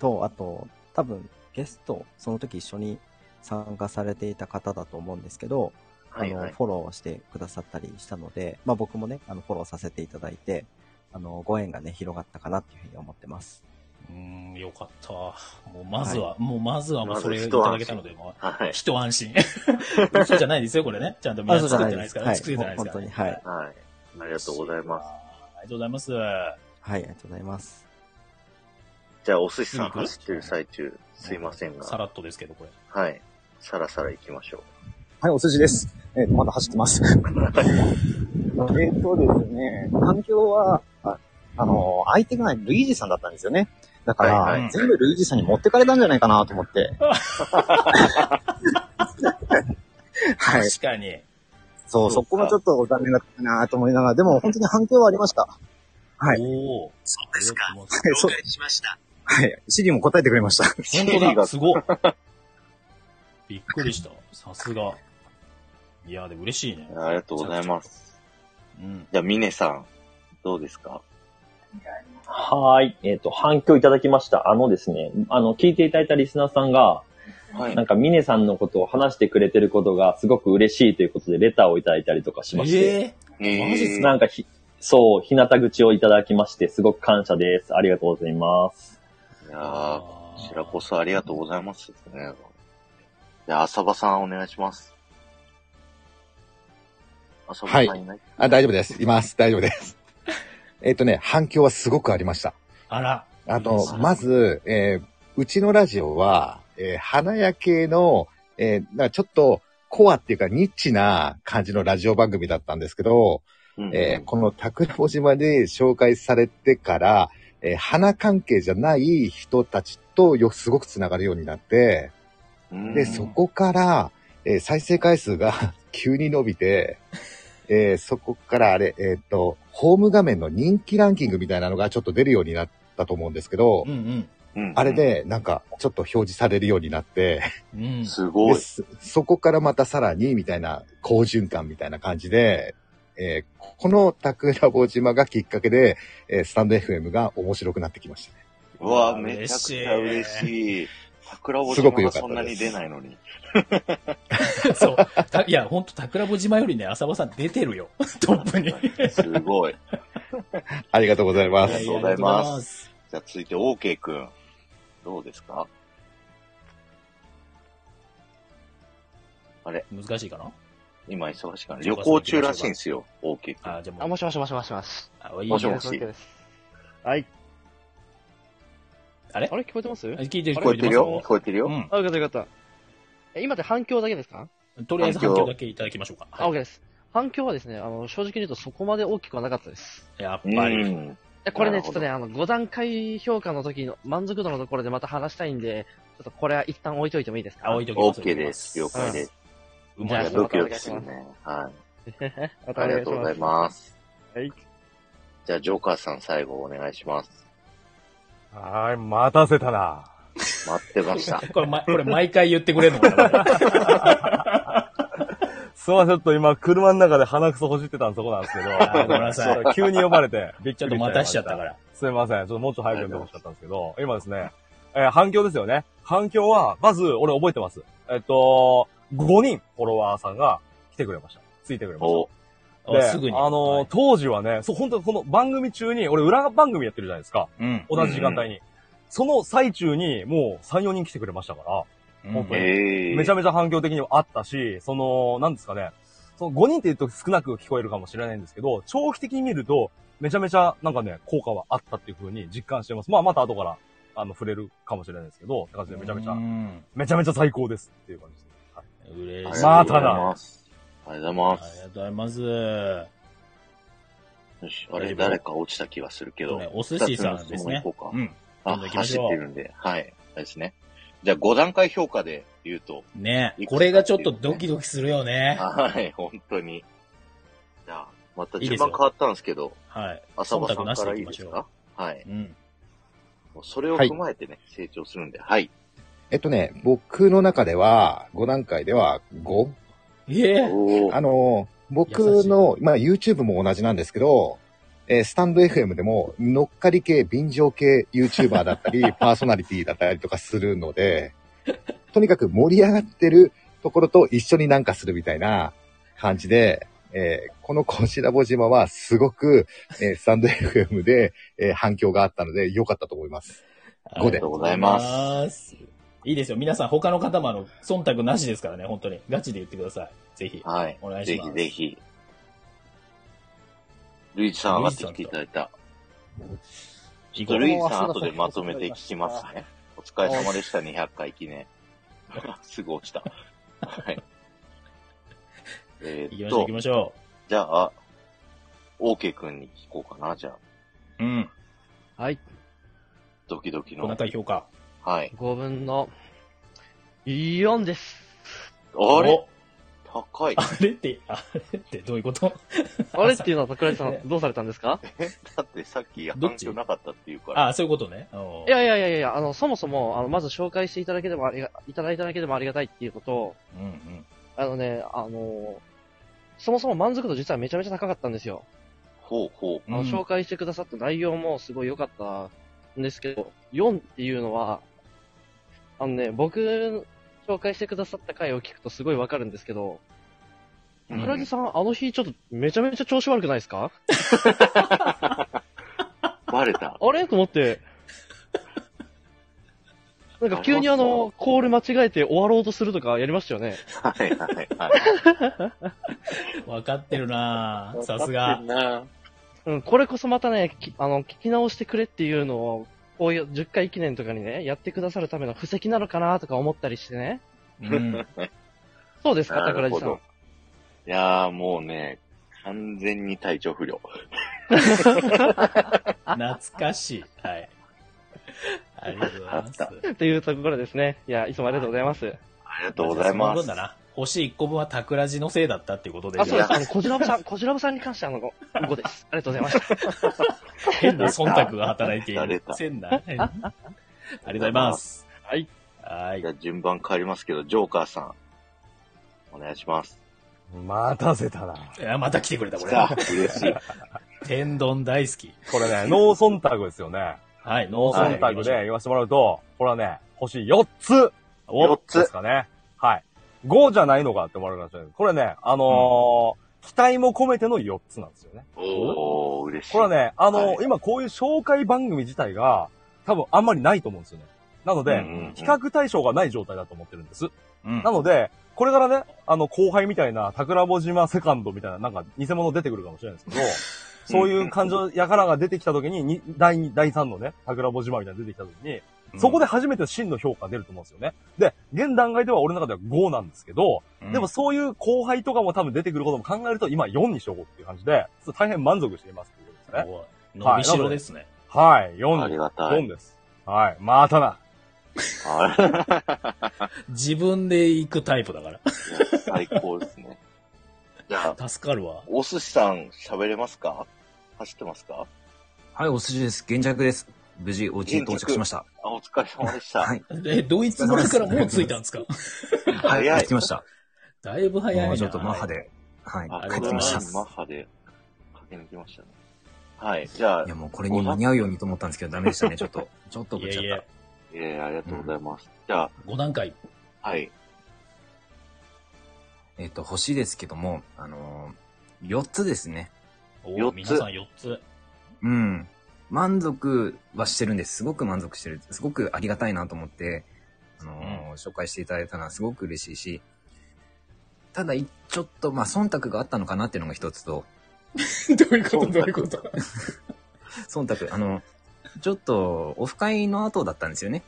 Speaker 7: と、あと、多分ゲスト、その時一緒に参加されていた方だと思うんですけど、
Speaker 1: はい、
Speaker 7: あ
Speaker 1: は
Speaker 7: の、
Speaker 1: い。
Speaker 7: フォローしてくださったりしたので、まあ僕もね、あの、フォローさせていただいて、あの、ご縁がね、広がったかなっていうふうに思ってます。
Speaker 2: うーん、よかった。もうまずは、もうまずはもうそれ
Speaker 1: まず
Speaker 2: い
Speaker 1: 一安心
Speaker 2: ただけたので、もう
Speaker 1: はい。
Speaker 2: 一安心。 嘘じゃないですよ、これね。ちゃんとみんな作ってないですから、
Speaker 7: はい
Speaker 2: 作ってない。です
Speaker 7: 本
Speaker 2: か
Speaker 7: 当
Speaker 2: ら
Speaker 7: に。
Speaker 2: ね。
Speaker 7: はい。
Speaker 1: はい。ありがとうございます
Speaker 2: ありがとうございます。は
Speaker 7: はい、ありがとうございます。
Speaker 1: じゃあ、お寿司さん
Speaker 2: 次行く
Speaker 1: 走ってる最中、すいません
Speaker 2: さ
Speaker 1: が、
Speaker 2: らっとですけど、これ。
Speaker 1: はい。さらさら行きましょう。
Speaker 8: はい、お寿司です。えっ、と、まだ走って ます。えっとですね、環境は、ああの、相手がルイージさんだったんですよね。だから、
Speaker 1: はい
Speaker 2: はい
Speaker 8: 全部ルイージさんに持ってかれたんじゃないかなと思って。はい。
Speaker 2: 確かに。
Speaker 8: そう、
Speaker 1: そ
Speaker 8: そ
Speaker 1: うか
Speaker 8: こもちょっと残念だったなと思いながら、でも本当に反響はありました。はい。
Speaker 2: おお。
Speaker 8: そう
Speaker 2: ですか了
Speaker 8: 解しました。はい。シリも答えてくれました。
Speaker 2: 本
Speaker 1: シェリ
Speaker 2: 当
Speaker 1: ーが
Speaker 2: だ、すごい。びっくりした。さすが。いや、でも嬉しいね。
Speaker 1: ありがとうございます。
Speaker 2: うん。
Speaker 1: じゃあ、ミネさん、どうですか
Speaker 5: はーい。えっ、と、反響いただきました。あのですね、あの、聞いていただいたリスナーさんが、
Speaker 1: はい
Speaker 5: なん。か、ミネさんのことを話してくれてることがすごく嬉しいということで、レターをいただいたりとかしまして、
Speaker 2: え
Speaker 1: え
Speaker 2: マジっす
Speaker 5: なんかひ、そう、日向口をいただきまして、すごく感謝です。ありがとうございます。
Speaker 1: いや
Speaker 2: ー
Speaker 1: ーこちらこそありがとうございますですね。じゃあ、浅場さん、お願いします。浅場さんいない、
Speaker 3: あ、大丈夫です。います。大丈夫 です。えっとね、反響はすごくありました。
Speaker 2: あら。
Speaker 3: あ
Speaker 2: 嬉
Speaker 3: の
Speaker 2: し、い
Speaker 3: まず、えーうちのラジオは、えー花屋系の、えーなんかちょっとコアっていうかニッチな感じのラジオ番組だったんですけど、
Speaker 1: うん
Speaker 3: えーこの桜穂島で紹介されてから、えー花関係じゃない人たちとよ、すごくつながるようになって、
Speaker 1: うん
Speaker 3: で、そこから、えー再生回数が 急に伸びて、えーそこからあれ、えっ、と、ホーム画面の人気ランキングみたいなのがちょっと出るようになったと思うんですけど、
Speaker 2: うん
Speaker 1: うん
Speaker 3: あれ、で、なんか、ちょっと表示されるようになって、
Speaker 2: うん。うん。
Speaker 1: すごい
Speaker 3: で。そそこからまたさらに、みたいな、好循環みたいな感じで、えーこの桜坊島がきっかけで、えースタンド FM が面白くなってきましたね。
Speaker 1: うわ、めちゃくちゃ嬉しい。桜
Speaker 3: しい
Speaker 1: ぼ島がそんなに出ないのに。
Speaker 2: そう。た いや、ほんと、桜穂島よりね、浅場さん出てるよ。 トップに。
Speaker 1: すごい。
Speaker 3: ありがとうございま
Speaker 1: り
Speaker 3: す
Speaker 1: が。とうございます
Speaker 2: す。
Speaker 1: じゃあ続いて OK くん。どうですか
Speaker 2: 難しいかな
Speaker 1: 今忙しいから。旅行中らしいんですよ、OK くん。
Speaker 2: あ、じゃ
Speaker 4: あ、
Speaker 2: あも
Speaker 4: も
Speaker 2: う、
Speaker 4: しもしもしもしもし。
Speaker 2: あ、いい
Speaker 1: もしも
Speaker 2: ね
Speaker 1: し。
Speaker 4: OK です。はい。
Speaker 2: あれ
Speaker 4: あれ聞こえてます
Speaker 2: あ聞いてる、
Speaker 1: 聞こえてるよ
Speaker 2: 聞
Speaker 1: 聞
Speaker 2: こ
Speaker 1: こえてる
Speaker 2: えて
Speaker 1: よ、
Speaker 2: ます
Speaker 4: あ、よかったよかった。え、今って反響だけですか
Speaker 2: うん。とりあえず反響だけいただきましょうか。
Speaker 4: あ、OK
Speaker 2: い
Speaker 4: です。反響はですね、あの、正直に言うとそこまで大きくはなかったです。
Speaker 2: やっ
Speaker 1: うん
Speaker 2: ぱり。
Speaker 4: えこれね、
Speaker 1: なる
Speaker 4: ちょ
Speaker 1: ほ
Speaker 4: っと
Speaker 1: ど
Speaker 4: ね、あの、5段階評価の時の満足度のところでまた話したいんで、ちょっとこれは一旦置いといてもいいですか
Speaker 2: あ、置いときます。
Speaker 1: OK です。了解です。
Speaker 2: うん。う
Speaker 1: い
Speaker 2: ま
Speaker 4: じゃあ
Speaker 1: や、
Speaker 2: い
Speaker 1: ドキドキするね。
Speaker 4: ま
Speaker 1: はい。
Speaker 4: た
Speaker 1: あ
Speaker 4: お
Speaker 1: り
Speaker 4: 願い
Speaker 1: が
Speaker 4: し
Speaker 1: とうご
Speaker 4: ま
Speaker 1: ざい
Speaker 4: す。
Speaker 1: ます。
Speaker 4: はい。
Speaker 1: じゃあ、ジョーカーさん最後お願いします。
Speaker 6: はーい、待たせたな。
Speaker 1: 待ってました。
Speaker 2: これ、ま、これ毎回言ってくれるのかな
Speaker 6: すいません、ちょっと今、車の中で鼻くそほじってたんそこなんですけど
Speaker 2: ー ごめんなさい。
Speaker 6: ちょっと急に呼ばれて、びっ
Speaker 2: ち
Speaker 6: く
Speaker 2: ょっ
Speaker 6: り。
Speaker 2: と待たしちゃったからら。
Speaker 6: すいません、ちょっともうちょっと早く呼んでほしかったんですけど、今ですね、えー反響ですよね。反響は、まず、俺覚えてます。えっと、5人フォロワーさんが来てくれました。ついてくれました。
Speaker 1: お、
Speaker 2: あ
Speaker 6: で、
Speaker 2: すぐに。
Speaker 6: あのー
Speaker 2: はい
Speaker 6: 当時はね、そう、本当にこの番組中に、俺裏番組やってるじゃないですか。
Speaker 2: うん。
Speaker 6: 同じ時間帯に。その最中に、もう3、4人来てくれましたから、本当に
Speaker 1: えー、
Speaker 6: めちゃ
Speaker 1: め
Speaker 6: めちゃ反響的にもあったし、その、なんですかね、その5人って言うと少なく聞こえるかもしれないんですけど、長期的に見ると、めちゃめちゃ、なんかね、効果はあったっていう風に実感してます。まあ、また後から、あの、触れるかもしれないですけど、って感 じでめちゃめちゃ
Speaker 2: う、ん
Speaker 6: めちゃめちゃ最高ですっていう感じです。はい
Speaker 2: 嬉しい。
Speaker 6: まあ
Speaker 1: ありがと
Speaker 6: た
Speaker 1: うござい
Speaker 6: だ
Speaker 1: ます。ありがとう
Speaker 2: あ
Speaker 1: ござい
Speaker 2: り
Speaker 1: ま
Speaker 2: が
Speaker 1: す
Speaker 2: とうございます。
Speaker 1: よし。あれ、誰か落ちた気はするけど。
Speaker 2: ねお寿司さんです
Speaker 1: 二つの質問
Speaker 2: ね
Speaker 1: 行こうか。
Speaker 2: うん。
Speaker 1: あ、
Speaker 2: どんどん行きまし
Speaker 1: 走
Speaker 2: ょう
Speaker 1: ってるんで。はい。あれですね。じゃあ、5段階評価で言うと。
Speaker 2: ねこれがちょっとドキドキするよね。
Speaker 1: はい、本当に。じゃあ、また
Speaker 2: いいです
Speaker 1: 順
Speaker 2: よ
Speaker 1: 番変わったんですけど、
Speaker 2: はい。
Speaker 1: 浅場さんか
Speaker 2: 忖度なし
Speaker 1: ら
Speaker 2: で
Speaker 1: い
Speaker 2: い
Speaker 1: い
Speaker 2: きま
Speaker 1: で
Speaker 2: し
Speaker 1: す
Speaker 2: ょう
Speaker 1: かはい。
Speaker 2: うん。
Speaker 1: もうそれを踏まえてね、成長するんで。はい。
Speaker 3: えっとね、僕の中では、5段階では 5?
Speaker 2: いえ。
Speaker 1: おお
Speaker 3: あ。の、僕の、まあ YouTube も同じなんですけど、えースタンド FM でも、乗っかり系、便乗系 YouTuber だ ったり、パーソナリティだったりとかするので、とにかく盛り上がってるところと一緒になんかするみたいな感じで、えーこのコシラボ島はすごく、えースタンド FM で、えー反響があったので良かったと思います。
Speaker 2: あり
Speaker 1: がとうござい
Speaker 2: が
Speaker 1: ま
Speaker 2: と
Speaker 1: す
Speaker 2: うございます。いいですよ。皆さん、他の方もあの、忖度なしですからね、本当に。ガチで言ってください。ぜひ。
Speaker 1: はい
Speaker 2: お願。いし
Speaker 1: ぜ
Speaker 2: ま
Speaker 1: ひ
Speaker 2: す
Speaker 1: ぜひ。ルイジさん上がってきていただいた。ちょっとルイジさん後でまとめて聞きますね。お疲れ様でした、200回記念。 すぐ落ちた。はい。え
Speaker 2: 行き
Speaker 1: ーっ
Speaker 2: ましょう、
Speaker 1: と
Speaker 2: 行き、ましょ
Speaker 1: じゃあ、OK くんに聞こうかな、じゃあ。
Speaker 2: う。うん。
Speaker 4: はい。
Speaker 1: ドキドキ
Speaker 2: この
Speaker 1: の。
Speaker 2: 高い評価。
Speaker 1: はい。
Speaker 4: 5分の4です。
Speaker 1: あれ
Speaker 2: お
Speaker 1: 高い。
Speaker 2: あれって、あれってどういうこと
Speaker 4: あれっていうのは桜井 さん、どうされたんですか
Speaker 1: だってさっき
Speaker 2: どっ
Speaker 1: 反
Speaker 2: ち
Speaker 1: 響なかったっていうから。
Speaker 2: あ、そういうことね。おー
Speaker 4: いやいやいやいや、あの、そもそも、あの、まず紹介していただけでもありが、いただいただけでもありがたいっていうこと、
Speaker 2: うんうん。
Speaker 4: あのね、あの、そもそも満足度実はめちゃめちゃ高かったんですよ。
Speaker 1: ほうほう。
Speaker 4: あの、紹介してくださった内容もすごい良かったんですけど、4っていうのは、あのね、僕、紹介してくださった回を聞くとすごいわかるんですけど、
Speaker 1: うん
Speaker 4: 桜木さん、あの日ちょっとめちゃめちゃ調子悪くないですか
Speaker 1: バレた。
Speaker 4: あれと思って。なんか急にあの、コール間違えて終わろうとするとかやりましたよね。
Speaker 1: はいはいはい。
Speaker 2: わかってるなぁさすが。
Speaker 4: うん、これこそまたね、きあの、聞き直してくれっていうのを、こういう10回記念とかにね、やってくださるための布石なのかなとか思ったりしてね。
Speaker 2: うん。
Speaker 4: そうですか、
Speaker 1: な
Speaker 4: 桜
Speaker 1: る
Speaker 4: 地
Speaker 1: ほ
Speaker 4: さん
Speaker 1: ど。。いやーもうね、完全に体調不良。
Speaker 2: 懐かしい。はい。ありがとうございます。
Speaker 4: というところですね。いや、いつもありがとうございます。
Speaker 1: ありがとうござい
Speaker 2: ま
Speaker 1: ま
Speaker 2: あじゃあその分
Speaker 1: す
Speaker 2: だ。な。星1個分は桜地のせいだったっていうことで、
Speaker 4: あ、そうで
Speaker 2: い
Speaker 4: す。あの、こじらぶさん、 こじらぶさんに関してはあの、5です。ありがとうございました。
Speaker 2: や 変な忖度が働いて い
Speaker 1: 出
Speaker 2: る。
Speaker 1: た
Speaker 2: せんな。変なありがとうございます。
Speaker 4: はい。
Speaker 2: は
Speaker 1: じ
Speaker 2: い
Speaker 1: ゃ。あ順番変わりますけど、ジョーカーさん、お願いします。
Speaker 6: 待たせたな。
Speaker 2: いや、また来てくれた、こ
Speaker 1: 来
Speaker 2: れ。
Speaker 1: た嬉しい。
Speaker 2: 天丼大好き。
Speaker 6: これね、ノー忖度ですよね。
Speaker 2: はい、ノ
Speaker 6: ノ
Speaker 2: ー
Speaker 6: ー
Speaker 2: 忖
Speaker 6: 忖
Speaker 2: 度
Speaker 6: 度
Speaker 2: で。
Speaker 6: で言わせてもらうと、これはね、星4つ
Speaker 1: 4
Speaker 6: で
Speaker 1: つ
Speaker 6: す。かね。はい。5じゃないのかって思われるかもしれない。これね、あのー期待も込めての4つなんですよね。
Speaker 1: おー、嬉しい。
Speaker 6: これはね、あのー
Speaker 1: はい
Speaker 6: 今こういう紹介番組自体が、多分あんまりないと思うんですよね。なので、
Speaker 1: うんうんうん
Speaker 6: 比較対象がない状態だと思ってるんです。
Speaker 2: うん
Speaker 6: なので、これからね、あの、後輩みたいな、桜坊島セカンドみたいな、なんか、偽物出てくるかもしれないですけど、そういう感情、やからが出てきた時に、に第2、第3のね、桜坊島みたいなの出てきた時に、そこで初めて真の評価が出ると思うんですよね。で、現段階では俺の中では5なんですけど、
Speaker 2: うん、
Speaker 6: でもそういう後輩とかも多分出てくることも考えると、今4にしようっていう感じで、ちょっと大変満足していますっていうことですね。
Speaker 2: おい、伸びしろですね。
Speaker 6: はい、
Speaker 1: あり
Speaker 6: 4、
Speaker 1: がたい
Speaker 6: 4。です。はい、またな。
Speaker 1: あ
Speaker 2: 自分で行くタイプだか
Speaker 1: れ最高ですね。じゃあ、
Speaker 2: ら。助かるわ。
Speaker 1: お寿司さん喋れますか走ってますか
Speaker 9: はい、お寿司です。現着です。無事、お家に到着しました。
Speaker 1: あ、お疲れ様でした。
Speaker 9: はい。
Speaker 2: え、ドイツ村からもう着いたんですか
Speaker 9: はい、
Speaker 1: 早い
Speaker 9: やってきました。
Speaker 2: だいぶ早い
Speaker 9: も
Speaker 2: な。
Speaker 9: うちょっとマハで、はい
Speaker 1: あ、、
Speaker 9: 帰ってきまし
Speaker 2: あ
Speaker 9: た
Speaker 2: り。
Speaker 1: マッハで駆け抜けましたね。はい、じゃあ
Speaker 9: いや、、もうこれに間に合うようにと思ったんですけど、ダメでしたね、ちょっと。ちょっとぶっちゃ
Speaker 2: い
Speaker 9: っ
Speaker 2: やいや
Speaker 9: た。
Speaker 1: えー、ありがとうございます。じゃ
Speaker 2: 5段階。
Speaker 1: あ、はい。
Speaker 9: えっと、星ですけども、あのー、4つですね。
Speaker 2: お
Speaker 1: 四
Speaker 2: お、
Speaker 1: つ
Speaker 2: 皆さん4つ。
Speaker 9: うん。満足はしてるんです。すごく満足してる。すごくありがたいなと思って、あのー紹介していただいたのはすごく嬉しいし、ただ、いちょっと、まあ、忖度があったのかなっていうのが一つと、
Speaker 2: どういう
Speaker 1: ことどういう
Speaker 2: こと
Speaker 9: 忖度、あの、ちょっと、オフ会の後だったんですよね。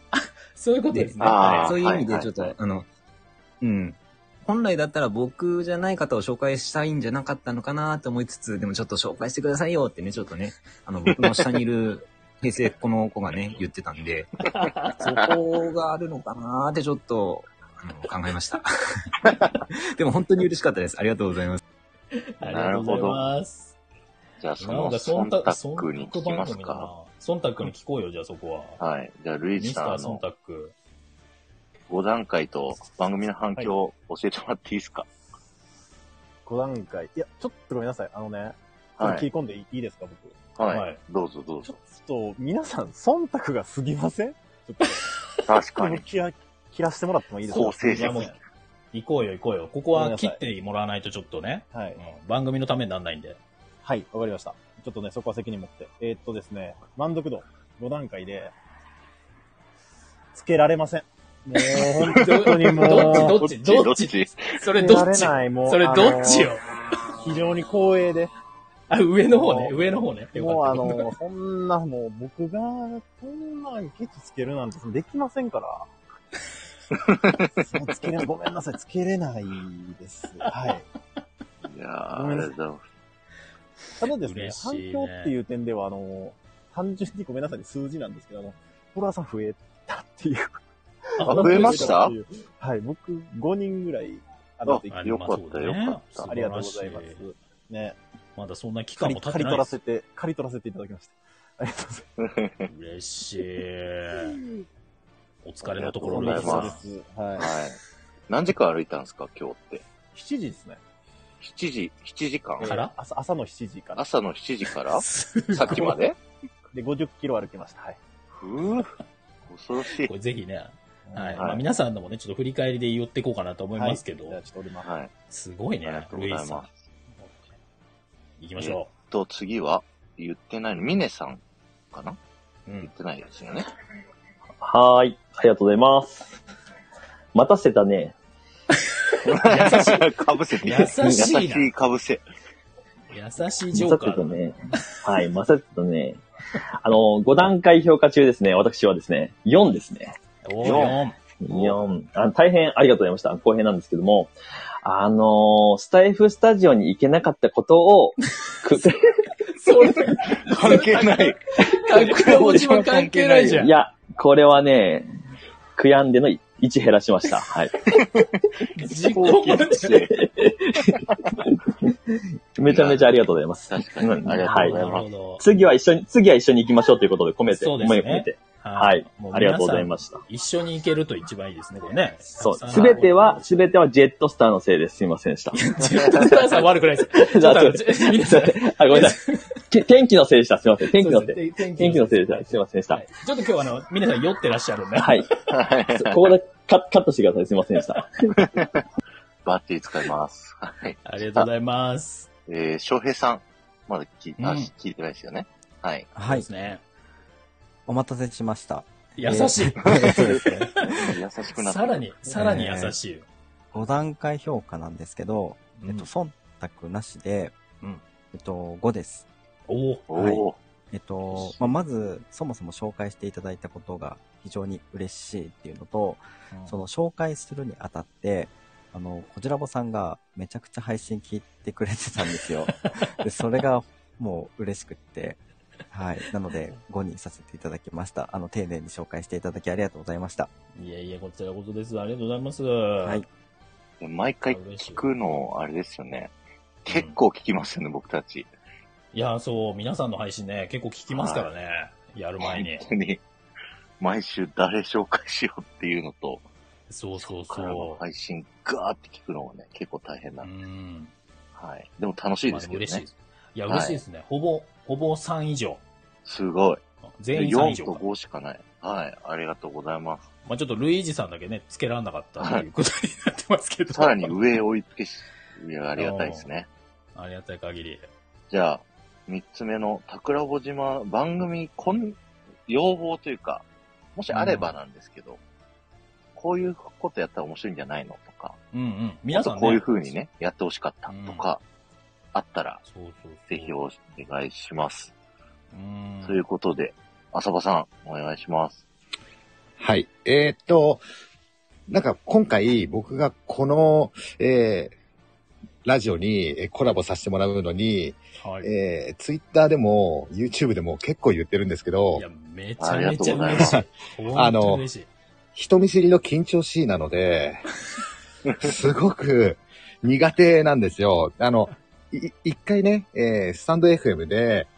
Speaker 2: そういうことですね。
Speaker 1: あー
Speaker 9: そういう意味でちょっと、
Speaker 1: はいはい
Speaker 9: あの、うん。本来だったら僕じゃない方を紹介したいんじゃなかったのかなと思いつつ、でもちょっと紹介してくださいよってね、ちょっとね、あの、僕の下にいる平成っ子の子がね、言ってたんで、そこがあるのかなってちょっと、あの、考えました。 でも本当に嬉しかったです。ありがとうございます。
Speaker 2: ありがとうございます。
Speaker 1: じゃあ、そ
Speaker 2: なん
Speaker 1: の
Speaker 2: か
Speaker 1: 忖
Speaker 2: 忖度、
Speaker 1: 度に
Speaker 2: 忖
Speaker 1: 聞
Speaker 2: 度
Speaker 1: き
Speaker 2: 番
Speaker 1: ます
Speaker 2: 組だな
Speaker 1: か。
Speaker 2: 忖度に聞こうよ、じゃあそこは。
Speaker 1: はい。じゃあ、ルイー
Speaker 2: ミ
Speaker 1: ジ
Speaker 2: スタ
Speaker 1: さ
Speaker 2: ー
Speaker 1: んの
Speaker 2: 忖度。
Speaker 1: 5段階と番組の反響を教えてもらっていいですか
Speaker 10: 5段階。いや、ちょっとごめんなさい。あのね、ちょっ
Speaker 1: は
Speaker 10: と切り
Speaker 1: い。
Speaker 10: 込んでいいですか、僕。
Speaker 1: は。
Speaker 2: はいい。
Speaker 1: どうぞどう
Speaker 10: ちょ
Speaker 1: ぞ。
Speaker 10: っと、皆さん、忖度が過ぎませんちょっ
Speaker 1: 確か
Speaker 10: と、
Speaker 1: に。
Speaker 10: 切ら、切らしてもらってもいいですか
Speaker 1: 好成
Speaker 2: いやも
Speaker 1: 績
Speaker 2: う。行こうよ、行こうよ。ここは切ってもらわないとちょっとね。
Speaker 10: はい。
Speaker 2: うん番組のためにならないんで。
Speaker 10: はい、わかりました。ちょっとね、そこは責任持って。えーっとですね、満足度5段階で、つけられません。もう、本当にもう、
Speaker 2: どっち、どっち、どっ
Speaker 1: どっ
Speaker 2: ち
Speaker 1: ち
Speaker 2: そ
Speaker 10: つ
Speaker 2: れ
Speaker 10: け
Speaker 2: ど
Speaker 10: ら
Speaker 2: っ
Speaker 10: れ
Speaker 2: ち
Speaker 10: ない、もう。
Speaker 2: それどっち
Speaker 10: あ
Speaker 2: よ
Speaker 10: の非常に光栄で。
Speaker 2: あ、上の方
Speaker 10: も
Speaker 2: ね、
Speaker 10: う
Speaker 2: 上の方ね。よ
Speaker 10: もう
Speaker 2: か
Speaker 10: あ
Speaker 2: った
Speaker 10: の、そんな、もう僕が、こんなんケチつけるなんてできませんから。 そうつけれごめんなさい、つけれないです。はい。
Speaker 1: いやー、ありがとうございます。
Speaker 10: ただですね、
Speaker 2: 嬉
Speaker 10: 反
Speaker 2: しいね
Speaker 10: 響っていう点では、あの、単純にごめんなさい、数字なんですけど、あの、フォロワーさん増えたっていう。
Speaker 1: あ増えました
Speaker 10: っていうはい、僕5人ぐらい、あの、
Speaker 1: あよかったよかった
Speaker 10: ありがとうございます。ね、
Speaker 2: まだそんな期
Speaker 10: 刈
Speaker 2: 間
Speaker 10: り
Speaker 2: も経っ
Speaker 10: 刈り
Speaker 2: てない
Speaker 10: 取
Speaker 2: で
Speaker 10: ら
Speaker 2: す
Speaker 10: せ。て、刈り取らせていただきました。ありがとうござい
Speaker 2: 嬉しい。お疲れのところ
Speaker 1: ありがとうございま
Speaker 10: ます。は
Speaker 1: はい。何時間歩いたんですか、今日って。
Speaker 10: い。7時ですね。
Speaker 1: 7時、7時間
Speaker 2: から
Speaker 10: 朝朝の7時から。
Speaker 1: 朝の7時から
Speaker 2: すごい
Speaker 1: さっきまで
Speaker 10: で、50キロ歩きました。はい。
Speaker 1: ふぅ、恐ろしい
Speaker 2: こ。れぜひね、はい。
Speaker 1: はい
Speaker 2: まあ、皆さんのもね、ちょっと振り返りで寄っていこうかなと思いますけど、
Speaker 10: じゃあちょっとおります。
Speaker 1: はい。
Speaker 2: すごいね
Speaker 1: ありが、とうござい
Speaker 2: ルイ
Speaker 1: ます
Speaker 2: さん。行きましょ
Speaker 1: と、次は、言ってないの、ミネさんかな
Speaker 2: う。う
Speaker 1: 言
Speaker 2: ん
Speaker 1: っ。てないですよね。
Speaker 5: はーい。ありがとうございます。待たせたね。
Speaker 1: 優しい。かぶせて
Speaker 2: 優しいな
Speaker 1: 優しいかぶせ。
Speaker 2: 優しいジョー
Speaker 5: 待た
Speaker 2: カ
Speaker 5: せた
Speaker 2: ー。
Speaker 5: ね。はい。待たせたね。あの、5段階評価中ですね。私はですね、4ですね。
Speaker 2: お
Speaker 1: 四
Speaker 2: ー
Speaker 5: 4あ大変ありがとうございました。公平なんですけども、あのースタイフスタジオに行けなかったこと を、く
Speaker 1: 関係ない。
Speaker 5: 桜
Speaker 1: 餅島関係ないじゃん
Speaker 5: いや、これはね、悔やんでの1減らしました。はい。
Speaker 2: 実行犯じゃん
Speaker 5: めちゃめちゃありがとうございます。
Speaker 1: 確かに
Speaker 5: ん
Speaker 1: ありがとうございま
Speaker 5: は
Speaker 1: す
Speaker 2: なるほど
Speaker 5: 次は一緒に、次は一緒に行きましょうということで、込めて、
Speaker 2: そうです
Speaker 5: 思い
Speaker 2: ね
Speaker 5: を込めて。
Speaker 2: は
Speaker 5: はいい
Speaker 2: もう皆さん。
Speaker 5: ありがとうございました。
Speaker 2: 一緒に行けると一番いいですね、これね。
Speaker 5: そう。
Speaker 2: たくさ
Speaker 5: す
Speaker 2: ん
Speaker 5: べては、すべてはジェットスターのせいです。すいませんで した。
Speaker 2: ジェットスターさん悪くないです。ちょっとあのちょ皆さん、ち
Speaker 5: あ、ごめんな さい。て天気のせいでした。すいません。天気のせ
Speaker 2: そうです
Speaker 5: い。
Speaker 2: ね天
Speaker 5: 天
Speaker 2: 天気
Speaker 5: 気
Speaker 2: の
Speaker 5: の
Speaker 2: せ
Speaker 5: せ
Speaker 2: い
Speaker 5: い
Speaker 2: で
Speaker 5: で
Speaker 2: し
Speaker 5: したた。すいませんでした。
Speaker 2: ょっと今日はあの、皆さん酔ってらっしゃるんで。
Speaker 5: はい。ここでカカットしてください。すいませんでした。
Speaker 1: バッテリー使います。はい。
Speaker 2: ありがとうございます。
Speaker 1: えー、翔平さん。まだ聞い,、
Speaker 2: うん
Speaker 1: あ聞いてないですよね。はい。
Speaker 2: そう
Speaker 7: は
Speaker 2: で
Speaker 7: い
Speaker 2: す。ね。
Speaker 7: お待たせしました。
Speaker 2: 優しい。
Speaker 7: そうですね。
Speaker 1: 優しくなった。
Speaker 2: さらに、さらに優しい。
Speaker 7: 5段階評価なんですけど、えっと、忖度なしで、
Speaker 2: うん
Speaker 7: えっと、5です。
Speaker 2: おお
Speaker 1: おお、
Speaker 7: えっと、まあ、まず、そもそも紹介していただいたことが非常に嬉しいっていうのと、その紹介するにあたって、あの、こじらぼさんがめちゃくちゃ配信聞いてくれてたんですよ。で、それがもう嬉しくって、はい。なので、5にさせていただきました。あの、丁寧に紹介していただきありがとうございました。
Speaker 2: いやいや、こちらこそです。ありがとうございます。
Speaker 7: はい。
Speaker 1: 毎回聞くの、あれですよね。結構聞きますよね、僕たち。
Speaker 2: いや、そう、皆さんの配信ね、結構聞きますからね。やる前に
Speaker 1: 本。当に、毎週誰紹介しようっていうのと、
Speaker 2: そうそう
Speaker 1: からの
Speaker 2: そ
Speaker 1: 配信ガーって聞くのがね、結構大変
Speaker 2: う。
Speaker 1: な
Speaker 2: うん
Speaker 1: で、
Speaker 2: ん。
Speaker 1: はい。でも楽しいですけどね。
Speaker 2: まあ嬉しいです。いや、嬉しいですね。ほぼ、ほぼ3以上。
Speaker 1: すごい。
Speaker 2: 全員3以
Speaker 1: 4
Speaker 2: 上
Speaker 1: と
Speaker 2: か。
Speaker 1: 5しかない。はい。ありがとうございます。
Speaker 2: まあちょっとルイージさんだけね、つけられなかったということになってますけど。
Speaker 1: さらに上へ追いつけし、いや、ありがたいですね。
Speaker 2: ありがたい限り。
Speaker 1: じゃあ、三つ目の桜穂島番組、こん、要望というか、もしあればなんですけど、こういうことやったら面白いんじゃないのとか、
Speaker 2: うんうん。皆さんね。
Speaker 1: こういう風にね、やってほしかったとか、あったら、
Speaker 2: そうそうそう。
Speaker 1: ぜひお願いします。
Speaker 2: うん。
Speaker 1: ということで、浅場さん、お願いします。
Speaker 3: はい。えーっと、なんか今回僕がこの、えーラジオにえーコラボさせてもらうのに、
Speaker 2: はい。
Speaker 3: えー、ツイッターでも YouTube でも結構言ってるんですけど
Speaker 2: いや、、めちゃめち
Speaker 3: ありがと
Speaker 2: ゃ嬉しい。
Speaker 3: うございます
Speaker 2: 本当に嬉しい。
Speaker 3: 人見知りの緊張しいなの で、すごく苦手なんですよ。あの、い一回ね、えースタンド FM で、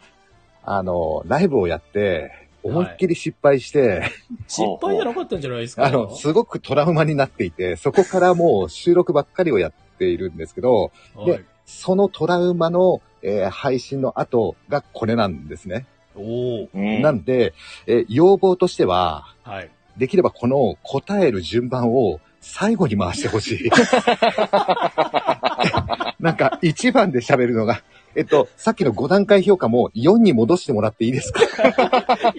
Speaker 3: あの、ライブをやって、思いっきり失敗して、
Speaker 2: 失敗じゃなかったんじゃないですか。
Speaker 3: あの、すごくトラウマになっていて、そこからもう収録ばっかりをやっているんですけど、
Speaker 2: はい
Speaker 3: でそのトラウマの、えー配信の後がこれなんですね。
Speaker 2: おお
Speaker 1: うん
Speaker 3: なんで、えー要望としては、
Speaker 2: はい。
Speaker 3: できればこの答える順番を最後に回してほし い。なんか1番で喋るのが、えっと、さっきの5段階評価も4に戻してもらっていいですか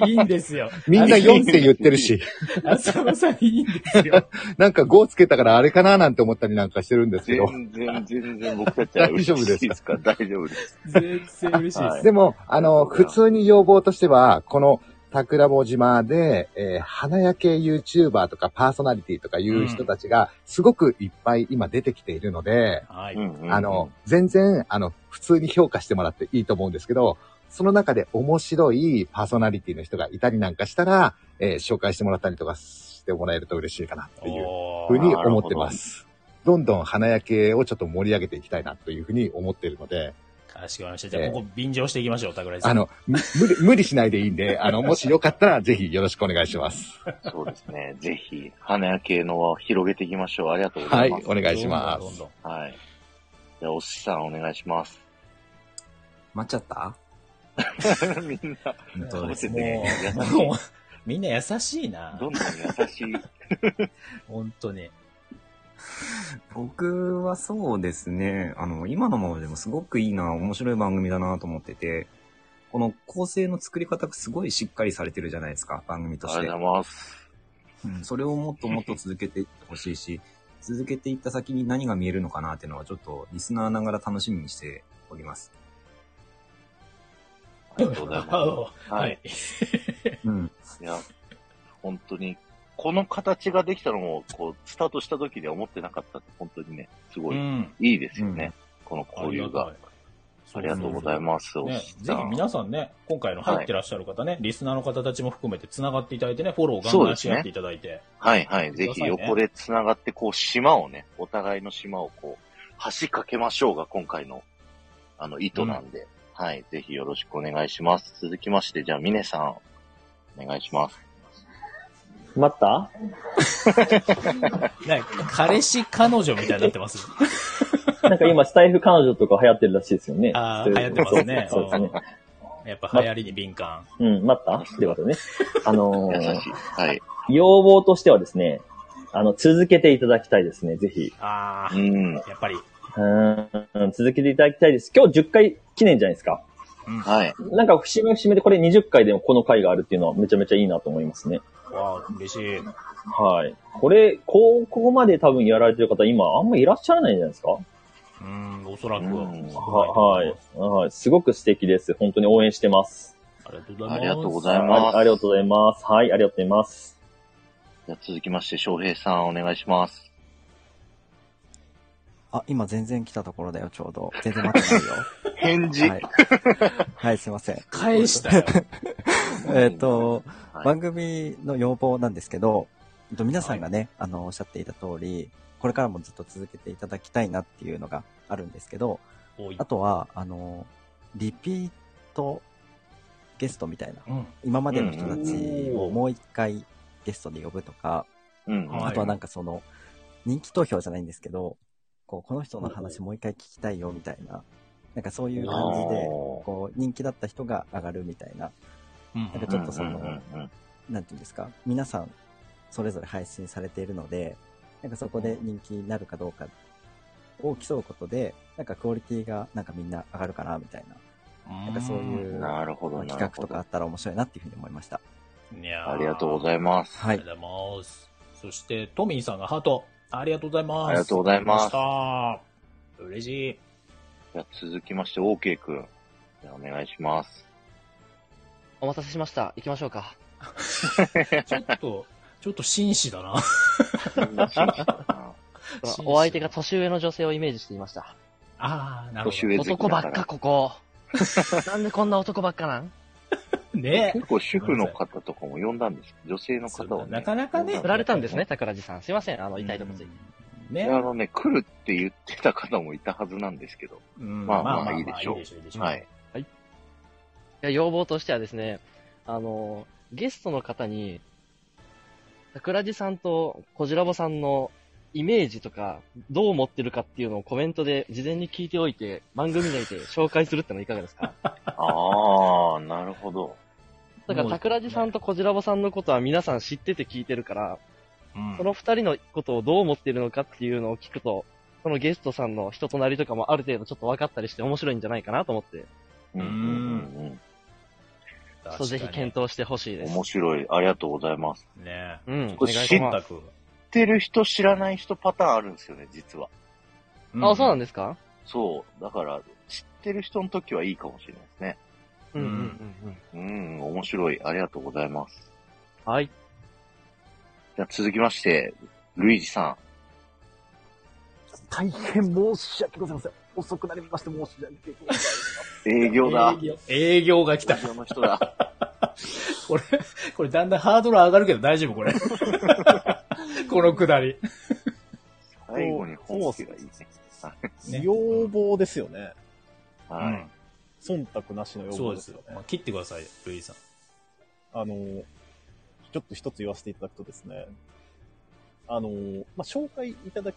Speaker 2: いいんですよ。
Speaker 3: みんな4って言ってるし、
Speaker 2: 浅間さんいいんですよ。
Speaker 3: なんか5つけたからあれかななんて思ったりなんかしてるんですけど。
Speaker 1: 全然、全然僕たちは嬉しいですか大丈夫です。
Speaker 2: 全然嬉しいです。
Speaker 3: でも、あの、普通に要望としては、この桜坊島で、えー花焼け YouTuber とかパーソナリティとかいう人たちが、すごくいっぱい今出てきているので、
Speaker 2: は
Speaker 1: う
Speaker 2: い。
Speaker 1: んうんうん
Speaker 3: あの、、全然、あの、普通に評価してもらっていいと思うんですけど、その中で面白いパーソナリティの人がいたりなんかしたら、えー紹介してもらったりとかしてもらえると嬉しいかなっていう
Speaker 2: お
Speaker 3: ふう
Speaker 2: ー
Speaker 3: に思ってます。どんどん花焼けをちょっと盛り上げていきたいなというふうに思っているので、
Speaker 2: かしこまりました。じゃあ、ここ便乗していきましょう、桜井さん。
Speaker 3: あの、む無理、無理しないでいいんで、あの、もしよかったら、ぜひよろしくお願いします。
Speaker 1: そうですね。ぜひ、花焼けの輪を広げていきましょう。ありがとうござ
Speaker 3: はいい
Speaker 1: ま、す。
Speaker 3: お願いしま
Speaker 2: どんどんどん
Speaker 3: す
Speaker 2: ど。ん
Speaker 1: はい。じゃあ、おしさんお願いします。
Speaker 9: 待っちゃった
Speaker 1: みんな、
Speaker 9: 本当ですね。
Speaker 2: もう、もう、みんな優しいな。
Speaker 1: どんどん優しい。
Speaker 2: 本当に。
Speaker 9: 僕はそうですね。あの、今のままでもすごくいいな、面白い番組だなと思ってて、この構成の作り方がすごいしっかりされてるじゃないですか、番組とし
Speaker 1: あ
Speaker 9: て
Speaker 1: りがとう。ございます。
Speaker 9: うん、それをもっともっと続けていってほしいし、 続けていった先に何が見えるのかなっていうのは、ちょっとリスナーながら楽しみにしております。
Speaker 1: ありがとうございま
Speaker 2: は
Speaker 1: す。はいい。。
Speaker 9: うん。
Speaker 1: いや、本当にこの形ができたのも、こう、スタートした時には思ってなかったって、本当にね、すごい、
Speaker 2: うん
Speaker 1: いいですよね。この交流が。
Speaker 2: あ
Speaker 1: あ
Speaker 2: り
Speaker 1: り
Speaker 2: が
Speaker 1: が
Speaker 2: と
Speaker 1: と
Speaker 2: う
Speaker 1: う
Speaker 2: ご
Speaker 1: ご
Speaker 2: ざ
Speaker 1: ざ
Speaker 2: い
Speaker 1: い
Speaker 2: ま
Speaker 1: ます。おっ
Speaker 2: ね、
Speaker 1: し
Speaker 2: ぜ
Speaker 1: ゃ
Speaker 2: ひ皆さんね、今回の入ってらっしゃる方ね、リスナーの方たちも含めて繋がっていただいてね、フォローをガンガンシェアしていただいて。
Speaker 1: はいはい。ぜひ横
Speaker 2: で。
Speaker 1: で繋がって、こう、島をね、お互いの島をこう、橋かけましょうが今回の、あの、意図なんで、はい。ぜひよろしくお願いします。続きまして、じゃあ、ミネさん、お願いします。
Speaker 5: 待った
Speaker 2: ね、彼氏彼女みたいになってます。
Speaker 5: なんか今、スタイフ彼女とか流行ってるらしいですよね。
Speaker 2: ああ、
Speaker 5: そう
Speaker 2: 流
Speaker 5: いう
Speaker 2: 行ってますね。
Speaker 5: そうですね。
Speaker 2: やっぱ流行りに敏感。
Speaker 5: うん、待ったってことね。 あのー
Speaker 1: 優しいはい。
Speaker 5: 要望としてはですね、あの、続けていただきたいですね、ぜひ。
Speaker 2: ああ、
Speaker 1: うん。
Speaker 2: やっぱり。
Speaker 5: うん、続けていただきたいです。今日10回記念じゃないですか。
Speaker 1: はい。
Speaker 5: なんか節目節目でこれ20回でもこの回があるっていうのはめちゃめちゃいいなと思いますね。
Speaker 2: わあ、嬉しい。
Speaker 5: はい。これ、こうここまで多分やられてる方今あんまいらっしゃらないんじゃないですか
Speaker 2: うん、おそらくは。
Speaker 5: ははい。はい。すごく素敵です。本当に応援してます。
Speaker 2: ありがとうござ
Speaker 1: あ
Speaker 2: います。
Speaker 1: りがとうございます
Speaker 5: あありがとうございます。はい、ありがとうございます。
Speaker 1: じゃあ、続きまして、翔平さん、お願いします。
Speaker 7: あ、今全然来たところだよ、ちょうど。全然待ってないよ。
Speaker 1: 返事
Speaker 7: はい、はいすいません。
Speaker 2: 返したよ。
Speaker 7: えっと、
Speaker 1: はい
Speaker 7: 番組の要望なんですけど、えっと皆さんがね、あの、おっしゃっていた通り、これからもずっと続けていただきたいなっていうのがあるんですけど、
Speaker 2: おい
Speaker 7: あとは、あの、リピートゲストみたいな、
Speaker 2: うん。
Speaker 7: 今までの人たちをもう一回ゲストで呼ぶとか、
Speaker 1: うん。
Speaker 2: はい
Speaker 7: あとはなんかその、人気投票じゃないんですけど、こう、この人の話もう一回聞きたいよみたいな、なんかそういう感じで、
Speaker 1: おー
Speaker 7: こう、人気だった人が上がるみたいな、
Speaker 2: うん
Speaker 7: なんかちょっとその、
Speaker 1: うんうんうんうん
Speaker 7: なんていうんですか、皆さん、それぞれ配信されているので、なんかそこで人気になるかどうかを競うことで、なんかクオリティがなんかみんな上がるかな、みたいな、なんかそういうう
Speaker 1: なるほど、
Speaker 7: まあ
Speaker 1: な
Speaker 7: 企画
Speaker 1: るほ
Speaker 7: と
Speaker 1: ど
Speaker 7: かあ。ったら面白いなっていうふうに思いました。
Speaker 2: いやー
Speaker 1: ありがとうございます。
Speaker 7: は
Speaker 2: あ
Speaker 7: い
Speaker 2: り。がとうございます。そして、トミーさんがハート。ありがとうございます。
Speaker 1: ありがとうございます
Speaker 2: ありがとうございました。嬉しい。
Speaker 1: じゃあ、続きまして、OK くん。じゃあ、お願いします。
Speaker 4: お待たせしました。行きましょうか。
Speaker 2: ちょっと、ちょっと紳士だな。
Speaker 1: みんな紳士だな
Speaker 2: 紳士
Speaker 4: お相手が年上の女性をイメージしていました。
Speaker 2: ああ、なるほ
Speaker 1: 年上好きだ
Speaker 4: 男ばっか、こ こ。なんでこんな男ばっかなん
Speaker 2: ど。ね
Speaker 1: 結構主婦の方とかも呼んだんです。女性の方を、
Speaker 2: そう
Speaker 1: ね。
Speaker 2: なかなかね
Speaker 4: 振られたんですね、桜地さん。すいません、あの、痛いとこついて。
Speaker 1: い
Speaker 2: ね
Speaker 1: やあのね、来るって言ってた方もいたはずなんですけど。
Speaker 2: うん
Speaker 1: まあまあいいでしょう
Speaker 2: いいでしょう、いいでしょう。
Speaker 1: はい。
Speaker 4: いや要望としてはですね、あの、ゲストの方に、桜地さんとこじらぼさんのイメージとか、どう思ってるかっていうのをコメントで事前に聞いておいて、番組内で紹介するってのはいかがですか
Speaker 1: ああ、なるほど。
Speaker 4: だから桜地さんとこじらぼさんのことは皆さん知ってて聞いてるから、
Speaker 2: うん
Speaker 4: その二人のことをどう思ってるのかっていうのを聞くと、そのゲストさんの人となりとかもある程度ちょっと分かったりして面白いんじゃないかなと思って、
Speaker 1: うんうん
Speaker 4: ちょっとぜひ検討してほしい
Speaker 1: うんう
Speaker 4: で
Speaker 1: ん。
Speaker 4: す。
Speaker 1: 面白い。ありがとうございます。
Speaker 2: ね
Speaker 4: うん、お
Speaker 1: これ
Speaker 4: 願いしま
Speaker 2: 全
Speaker 4: す。
Speaker 2: く。
Speaker 1: 知ってる人、知らない人パターンあるんですよね、実は。
Speaker 4: あ、そうなん
Speaker 2: で
Speaker 4: ですか
Speaker 1: そう。だから、知ってる人の時はいいかもしれないですね。
Speaker 4: うんんうんうんうん。
Speaker 1: うん、面白い。ありがとうございます。
Speaker 4: はい。
Speaker 1: じゃあ続きまして、ルイージさん。
Speaker 10: 大変申し訳ございません。遅くなりまして申し訳ございません。
Speaker 1: 営業だ。
Speaker 2: 営業営業が来た
Speaker 1: 営。業の人 だ。
Speaker 2: これ、これだんだんハードル上がるけど大丈夫こ れ。このくだり。
Speaker 1: 最後に本気がいいね。
Speaker 2: ね
Speaker 10: 要望ですよね。
Speaker 1: はい。
Speaker 10: 忖度なしの要
Speaker 2: そう
Speaker 10: 望
Speaker 2: で
Speaker 10: ですす
Speaker 2: よ
Speaker 10: よ。
Speaker 2: ま
Speaker 10: ね
Speaker 2: あ。切ってください、ルイさん。
Speaker 10: あの、ちょっと一つ言わせていただくとですね、あの、まあ、紹介いただ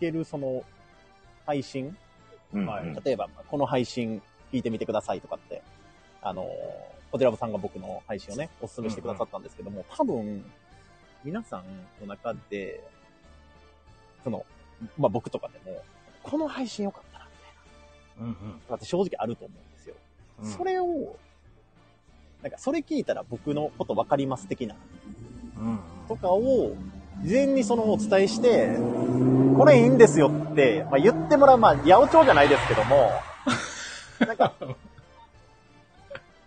Speaker 10: けるその配信、
Speaker 1: うん
Speaker 10: まあ
Speaker 1: うん
Speaker 10: 例えばまあこの配信聞いてみてくださいとかって、あの、こちらぼさんが僕の配信をね、お勧めしてくださったんですけども、多分、皆さんの中で、その、まあ、僕とかでも、この配信良かったな、みたいな。
Speaker 2: うんうん。
Speaker 10: とかって正直あると思うんですよ。
Speaker 2: うん
Speaker 10: それを、なんか、それ聞いたら僕のこと分かります的な、
Speaker 2: うん
Speaker 10: とかを、事前にそのお伝えして、これいいんですよって、まあ、言って もらう、まあ、八百長じゃないですけども、なんか、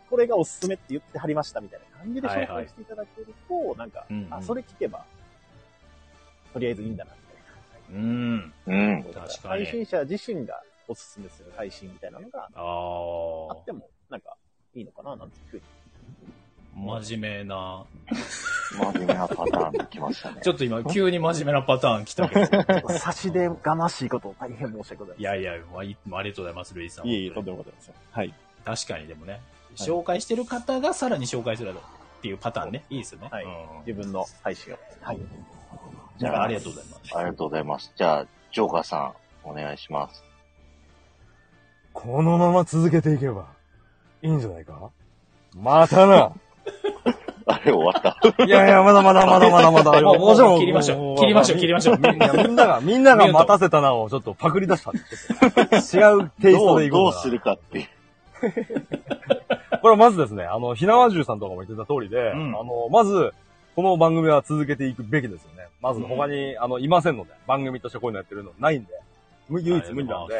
Speaker 10: これがおすすめって言ってはりましたみたいな感じで
Speaker 6: は
Speaker 10: 紹
Speaker 6: いは
Speaker 10: 介
Speaker 6: い
Speaker 10: していただけると、なんか、
Speaker 6: うんうん
Speaker 10: あ、それ聞けば、とりあえずいいんだな、
Speaker 2: うん。
Speaker 1: うん。
Speaker 2: 確か
Speaker 10: 配
Speaker 2: に。
Speaker 10: 信者自身がおすすめする配信みたいなのが
Speaker 2: ああ
Speaker 10: あっても、なんか、いいのかな、なんていうふうに。
Speaker 2: 真面目な。
Speaker 1: 真面目なパターンで来ましたね。
Speaker 2: ちょっと今、急に真面目なパターン来たけ ど。
Speaker 10: 差し出がましいことを大変申し訳ございません。
Speaker 2: いやいや、まあ、いありがとうございます、ルイさん。
Speaker 10: いえいえ、とんでもございません。はい。
Speaker 2: 確かに、でもね、紹介してる方がさらに紹介するっていうパターンね。いいですよね。
Speaker 10: はい
Speaker 2: うん
Speaker 10: 自分の配信を。はい。
Speaker 1: じ
Speaker 2: なん
Speaker 1: ゃ
Speaker 2: か
Speaker 1: あ、
Speaker 2: あ
Speaker 1: あ
Speaker 2: り
Speaker 1: り
Speaker 2: がとうございます。
Speaker 1: がとうございます。じゃあ、ジョーカーさん、お願いします。
Speaker 6: このまま続けていけば、いいんじゃないかまた な。
Speaker 1: あれ、終わった。
Speaker 6: いやいや、まだまだまだまだま だ。
Speaker 2: もうもう
Speaker 6: ちろん
Speaker 2: 切りましょう
Speaker 6: も
Speaker 2: 切りましょう切りましょう
Speaker 6: みんなみんな が、みんなが待たせたなをちょっとパクリ出したんで。 ちょっと違うテイス
Speaker 1: ど
Speaker 6: トで
Speaker 1: う、
Speaker 6: いこ
Speaker 1: ど
Speaker 6: う
Speaker 1: う
Speaker 6: かな
Speaker 1: するかっ ていう。
Speaker 6: これはまずですね、あの、ひなわじゅうさんとかも言ってた通りで、あ
Speaker 2: ん
Speaker 6: の、まず、この番組は続けていくべきですよね。まず他に、あの、いませんので、番組としてこういうのやってるのないんで、む唯一無二なんで、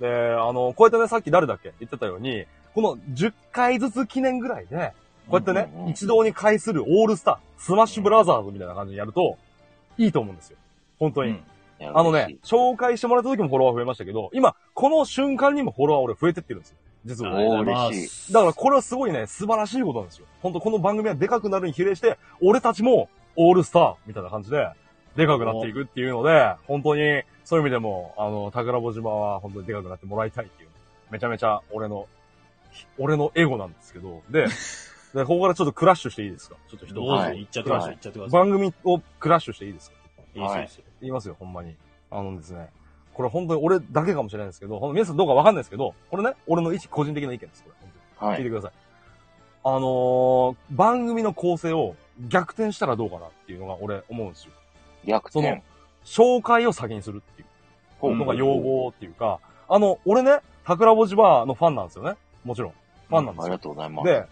Speaker 6: で、あの、こうやってね、さっき誰だっけ言ってたように、この10回ずつ記念ぐらいで、こうやってね、
Speaker 1: うんうんうん
Speaker 6: 一堂に会するオールスター、スマッシュブラザーズみたいな感じにやると、いいと思うんですよ。本当に。
Speaker 2: うん
Speaker 1: や
Speaker 6: あのね、紹介してもらった時もフォロワー増えましたけど、今、この瞬間にもフォロワー俺増えてってるんですよ。実は。
Speaker 1: おー
Speaker 2: ありがとうございます
Speaker 1: 嬉
Speaker 6: だからこれはすごいね、素晴らしいことなんですよ。本当この番組はでかくなるに比例して、俺たちもオールスターみたいな感じで、でかくなっていくっていうので、本当にそういう意味でも、あの、宝穂島は本当にでかくなってもらいたいっていう、めちゃめちゃ俺の、俺のエゴなんですけど、 で、でここからちょっとクラッシュしていいですかちょっと一
Speaker 2: どう
Speaker 6: 言
Speaker 2: ぞ、
Speaker 1: はい
Speaker 2: 行っちゃってください、
Speaker 1: はい
Speaker 2: 行っちゃってください。
Speaker 6: 番組をクラッシュしていいですか
Speaker 2: いいですよいいですよ
Speaker 6: 言いますよ、ほんまに。あのですね、これ本当に俺だけかもしれないですけど、ほんと皆さんどうかわかんないですけど、これね、俺の一個人的な意見です、これ。本当に
Speaker 1: は
Speaker 6: 聞い
Speaker 1: い。
Speaker 6: てください。あのー、番組の構成を逆転したらどうかなっていうのが俺思うんですよ。
Speaker 1: 逆
Speaker 6: そ
Speaker 1: 転
Speaker 6: の。、紹介を先にするっていうのが要望っていうか、あの、俺ね、桜ぼじバーのファンなんですよね。もちろん。ファンなんで
Speaker 1: あ
Speaker 6: す
Speaker 1: り
Speaker 6: よ。
Speaker 1: がとうございます。
Speaker 6: で、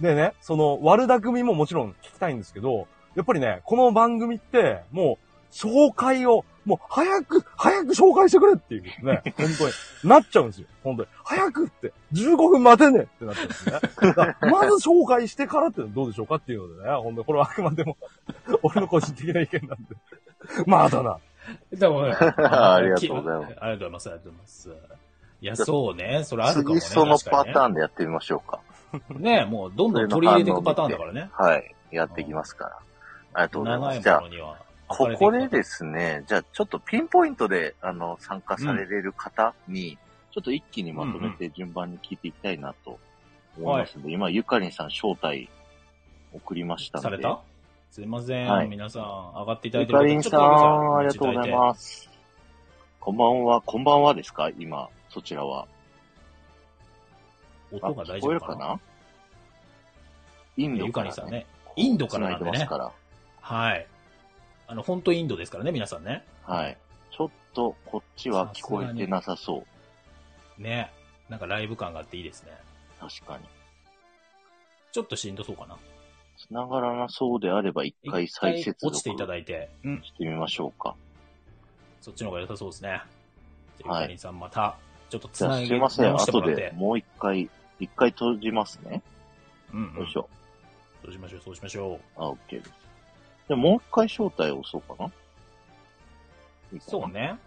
Speaker 6: でね、その、悪巧みももちろん聞きたいんですけど、やっぱりね、この番組って、もう、紹介を、もう、早く、早く紹介してくれっていうね、本当に、なっちゃうんですよ。本当に。早くって、15分待てねってなっちゃうんですね。だからまず紹介してからってのはどうでしょうかっていうのでね、本当に、これはあくまでも、 俺の個人的な意見なんで。まあ、だな。
Speaker 2: でも ね
Speaker 1: ありがとうございます
Speaker 2: き ありがとうございます、ありがとうございます。いや、そうね、それあるかもね。
Speaker 1: 次、そのパタ
Speaker 2: ー
Speaker 1: ーンでやってみましょうか。
Speaker 2: ン。ね、もうどんどん取り入れていくパターンだからね。
Speaker 1: はい。やっていきますから。ありがとうございま
Speaker 2: 長い
Speaker 1: す。
Speaker 2: も
Speaker 1: じゃあ
Speaker 2: の、には。
Speaker 1: ここで
Speaker 2: す。
Speaker 1: ですね、じゃあちょっとピンポイントであの参加されれる方に、ちょっと一気にまとめて順番に聞いていきたいなと思いますので、今、ゆかりんさん招待送りましたので。
Speaker 2: されたすいません、
Speaker 1: はい
Speaker 2: 皆さん、上がっていただ
Speaker 1: ゆ
Speaker 2: いてる
Speaker 1: か
Speaker 2: 方
Speaker 1: りん
Speaker 2: ちょっ
Speaker 1: さ
Speaker 2: とだけじゃ
Speaker 1: ん、ありがとうござい
Speaker 2: お待ちいただいて
Speaker 1: ます。こんばんは、こんばんはですか今、そちらは。
Speaker 2: 音が
Speaker 1: あ
Speaker 2: 大
Speaker 1: 聞
Speaker 2: 丈
Speaker 1: こえ
Speaker 2: 夫
Speaker 1: る
Speaker 2: か
Speaker 1: か
Speaker 2: な
Speaker 1: なインド
Speaker 2: ゆ
Speaker 1: か、
Speaker 2: からり
Speaker 1: ね。
Speaker 2: んさんね。インドからなん
Speaker 1: 繋
Speaker 2: で
Speaker 1: いでま
Speaker 2: ね
Speaker 1: す。から。
Speaker 2: はい。あの、本当インドですからね、皆さんね。
Speaker 1: はい。ちょっと、こっちは聞こえてなさそう。
Speaker 2: ね。なんかライブ感があっていいですね。
Speaker 1: 確かに。
Speaker 2: ちょっとしんどそうかな。
Speaker 1: 繋がらなそうであれば、一
Speaker 2: 一
Speaker 1: 回再接続
Speaker 2: 落ちていただいて、うん。
Speaker 1: してみましょうか。
Speaker 2: そっちの方が良さそうですね。じゃあ
Speaker 1: はい
Speaker 2: ゆかりんさんまた、ちょっとつ
Speaker 1: じゃあ、
Speaker 2: な
Speaker 1: す
Speaker 2: げ
Speaker 1: い
Speaker 2: 直
Speaker 1: ません。
Speaker 2: しても
Speaker 1: 後
Speaker 2: らっ
Speaker 1: で
Speaker 2: て。
Speaker 1: もう一回、一回閉じますね。
Speaker 2: うんうん
Speaker 1: よいしょ。
Speaker 2: そうしましょう、そうしましょう。
Speaker 1: あ、OK です。で、もう一回招待を押そうかな。いいかな
Speaker 2: そう。ね。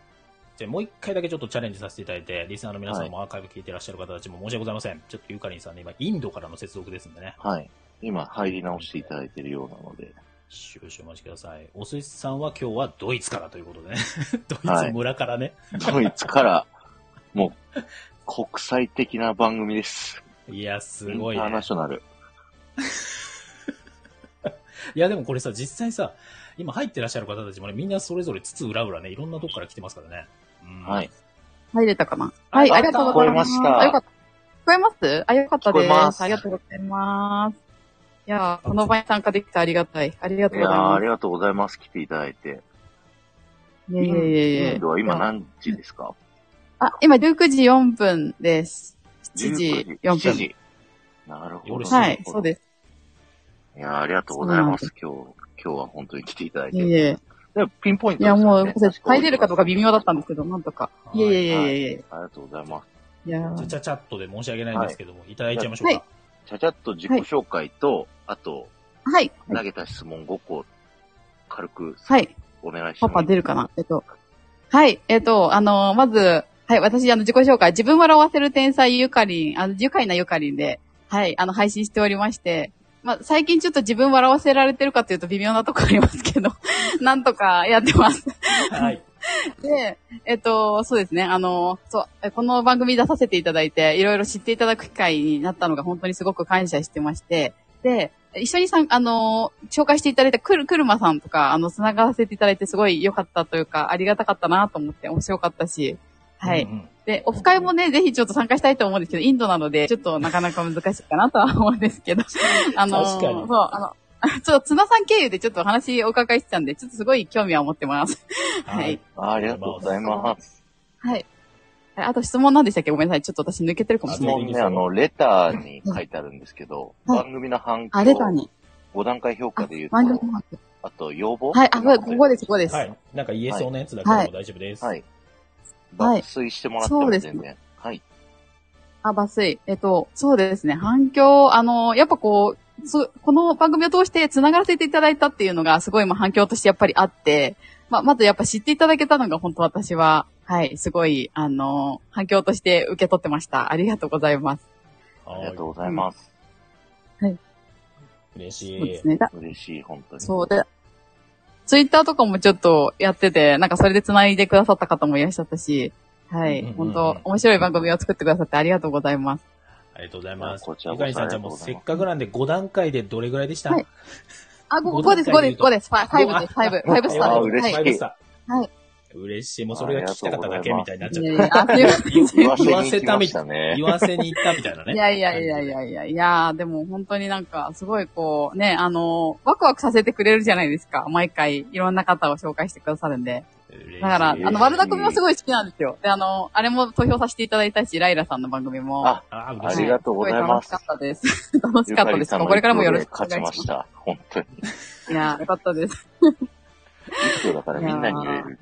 Speaker 2: じゃあもう一回だけちょっとチャレンジさせていただいて、リスナーの皆さんもアーカイブ聞いてらっしゃる方たちも申し訳ございません。ちょっとゆかりんさんね、今インドからの接続ですんでね。
Speaker 1: はい。今、入り直していただいてるようなの で。
Speaker 2: 少々お待ちください。お寿司さんは今日はドイツからということでね。ドイ
Speaker 1: は
Speaker 2: ツ
Speaker 1: い
Speaker 2: 村か らね。
Speaker 1: ドイツから、もう、国際的な番組です。
Speaker 2: い、や、すごい
Speaker 1: インター
Speaker 2: ね
Speaker 1: ナ。ショナル。
Speaker 2: いや、でもこれさ、実際さ、今入ってらっしゃる方たちもね、みんなそれぞれつつ裏裏ね、いろんなとこから来てますからね。うん
Speaker 1: はい。。
Speaker 11: 入れたかなはい、
Speaker 2: あ
Speaker 11: ありがとうございます。
Speaker 1: 聞こえました
Speaker 11: あよかった。聞こえますあ、よかったで
Speaker 1: 聞こえます
Speaker 11: す。ありがとうございます。いやーこの場に参加できてありがたい。ありが
Speaker 1: い
Speaker 11: とうご
Speaker 1: や
Speaker 11: ざい
Speaker 1: ー
Speaker 11: ま
Speaker 1: ありがとうございます。来ていただいて。
Speaker 11: す。いえいえいえ
Speaker 1: インドは今何時ですか
Speaker 11: あ、今19時4分です。7
Speaker 1: ?19
Speaker 11: 時4
Speaker 1: 7
Speaker 11: 分。
Speaker 1: 時。なるほ
Speaker 2: 夜
Speaker 1: ど。
Speaker 2: 7時
Speaker 11: はい、そうです。
Speaker 1: いやーありがとうございます。今日、今日は本当に来ていただい
Speaker 11: い
Speaker 1: て。
Speaker 11: えいえ。
Speaker 1: でもピンポイント
Speaker 11: いや、
Speaker 1: です
Speaker 11: も
Speaker 1: よ
Speaker 11: う
Speaker 1: ね、
Speaker 11: 入れるかどうか微妙だったんですけど、なんとか。
Speaker 2: はい
Speaker 11: いえいえいえいえ。
Speaker 1: ありがとうございます。
Speaker 11: いやー
Speaker 2: ちゃちゃチャットで申し訳ないんですけども、い、ただいちゃいましょうか。
Speaker 1: ちゃちゃっと自己紹介と、あと、
Speaker 11: はい。
Speaker 1: 投げた質問5個、軽く、
Speaker 11: はい。
Speaker 1: お願いし
Speaker 11: パ
Speaker 1: ます。
Speaker 11: パ出るかなえっと。はい。えっと、あの、まず、はい、私、あの、自己紹介。自分笑わせる天才ゆかりん、あの、愉快なゆかりんで、はい、あの、配信しておりまして、まあ、最近ちょっと自分笑わせられてるかというと微妙なとこありますけど、 なんとかやってます。
Speaker 2: はい。
Speaker 11: で、えっと、そうですね、あの、そうえ、この番組出させていただいて、いろいろ知っていただく機会になったのが本当にすごく感謝してまして、で、一緒にさん、あの、紹介していただいたくる、くるまさんとか、あの、繋がらせていただいてすごい良かったというか、ありがたかったなと思って、面白かったし、はい。で、オフ会もね、ぜひちょっと参加したいと思うんですけど、インドなので、ちょっとなかなか難しいかなとは思うんですけど、あの、
Speaker 12: 確かに
Speaker 11: そう、あの、 ちょっと綱さん経由でちょっとお話お伺いしてたんで、ちょっとすごい興味は持ってます。はい。
Speaker 1: ありがとうございます。
Speaker 11: はい。ああと質問なんでしたっけごめんなさい。ちょっと私抜けてるかもし
Speaker 1: 質
Speaker 11: れない。
Speaker 1: 問ね、あの、レターに書いてあるんですけど、番組の反響、
Speaker 11: あ、レターに。
Speaker 1: 5段階評価で言うと、
Speaker 11: 番組の枠
Speaker 1: あと、要望
Speaker 11: はい、あ、これここです、ここです。
Speaker 2: はい。なんか言えそうなやつだけ
Speaker 11: はい
Speaker 2: でも大丈夫です。
Speaker 1: はい。抜粋してもらっても全然。はい。
Speaker 11: あ、バスイ。えっと、そうですね。反響、あの、やっぱこう、そこの番組を通して繋がらせていただいたっていうのが、すごいまあ反響としてやっぱりあって、まあ、まずやっぱ知っていただけたのが、本当私は、はい、すごい、あの、反響として受け取ってました。ありがとうございます。
Speaker 1: ありがとうございます。
Speaker 11: はい。
Speaker 2: 嬉し
Speaker 11: そう
Speaker 2: い。
Speaker 11: ですねだ
Speaker 1: 嬉しい、本当に。
Speaker 11: そうで、ツイッターとかもちょっとやってて、なんかそれで繋いでくださった方もいらっしゃったし、はい、
Speaker 2: うんうんうんうん
Speaker 11: 本当面白い番組を作ってくださってありがとうございます。
Speaker 2: ありがとうございます。
Speaker 1: こちら
Speaker 2: ゆ
Speaker 1: こそ
Speaker 2: かりさんじゃあも
Speaker 1: あ
Speaker 2: う
Speaker 1: りがとうご
Speaker 2: せっかくなんで5段階でどれぐらいでした、
Speaker 11: あ、ここ
Speaker 2: 五
Speaker 11: ここです、ここで
Speaker 2: 段階
Speaker 11: す、ここです。ファ
Speaker 2: 言
Speaker 11: イ
Speaker 2: うと
Speaker 11: ブです、ファイブ、ファイブスタ
Speaker 2: あ
Speaker 11: ーです。
Speaker 2: 嬉しい
Speaker 11: は
Speaker 2: ファイブスタ
Speaker 11: はい。
Speaker 2: 嬉しい。もうそれが聞きたかっただけみたいになっちゃっ
Speaker 11: あ
Speaker 2: た。
Speaker 11: りがとうございます
Speaker 2: 言わ
Speaker 11: 言
Speaker 2: 言
Speaker 11: わ
Speaker 2: わ
Speaker 11: せ
Speaker 2: せ
Speaker 11: に行き
Speaker 2: た
Speaker 11: ま
Speaker 2: み
Speaker 11: したた
Speaker 2: い
Speaker 11: ね
Speaker 2: な。言わせに行ったみたいなね。
Speaker 11: いやいやいやいやいやいや、でも本当になんか、すごいこう、ね、あの、ワクワクさせてくれるじゃないですか。毎回、いろんな方を紹介してくださるんで。だから、あの、悪巧みもすごい好きなんですよ。で、あの、あれも投票させていただいたし、ライラさんの番組も。
Speaker 1: あ、
Speaker 2: あ
Speaker 1: ありがとうございます
Speaker 11: す。ごい楽しかったです。 楽しかったです。これからもよろしくお願
Speaker 1: 勝
Speaker 11: いし
Speaker 1: ち
Speaker 11: ま。
Speaker 1: ますした。本当に。
Speaker 11: いやー、よかったです。
Speaker 1: そうだからみんなに言える。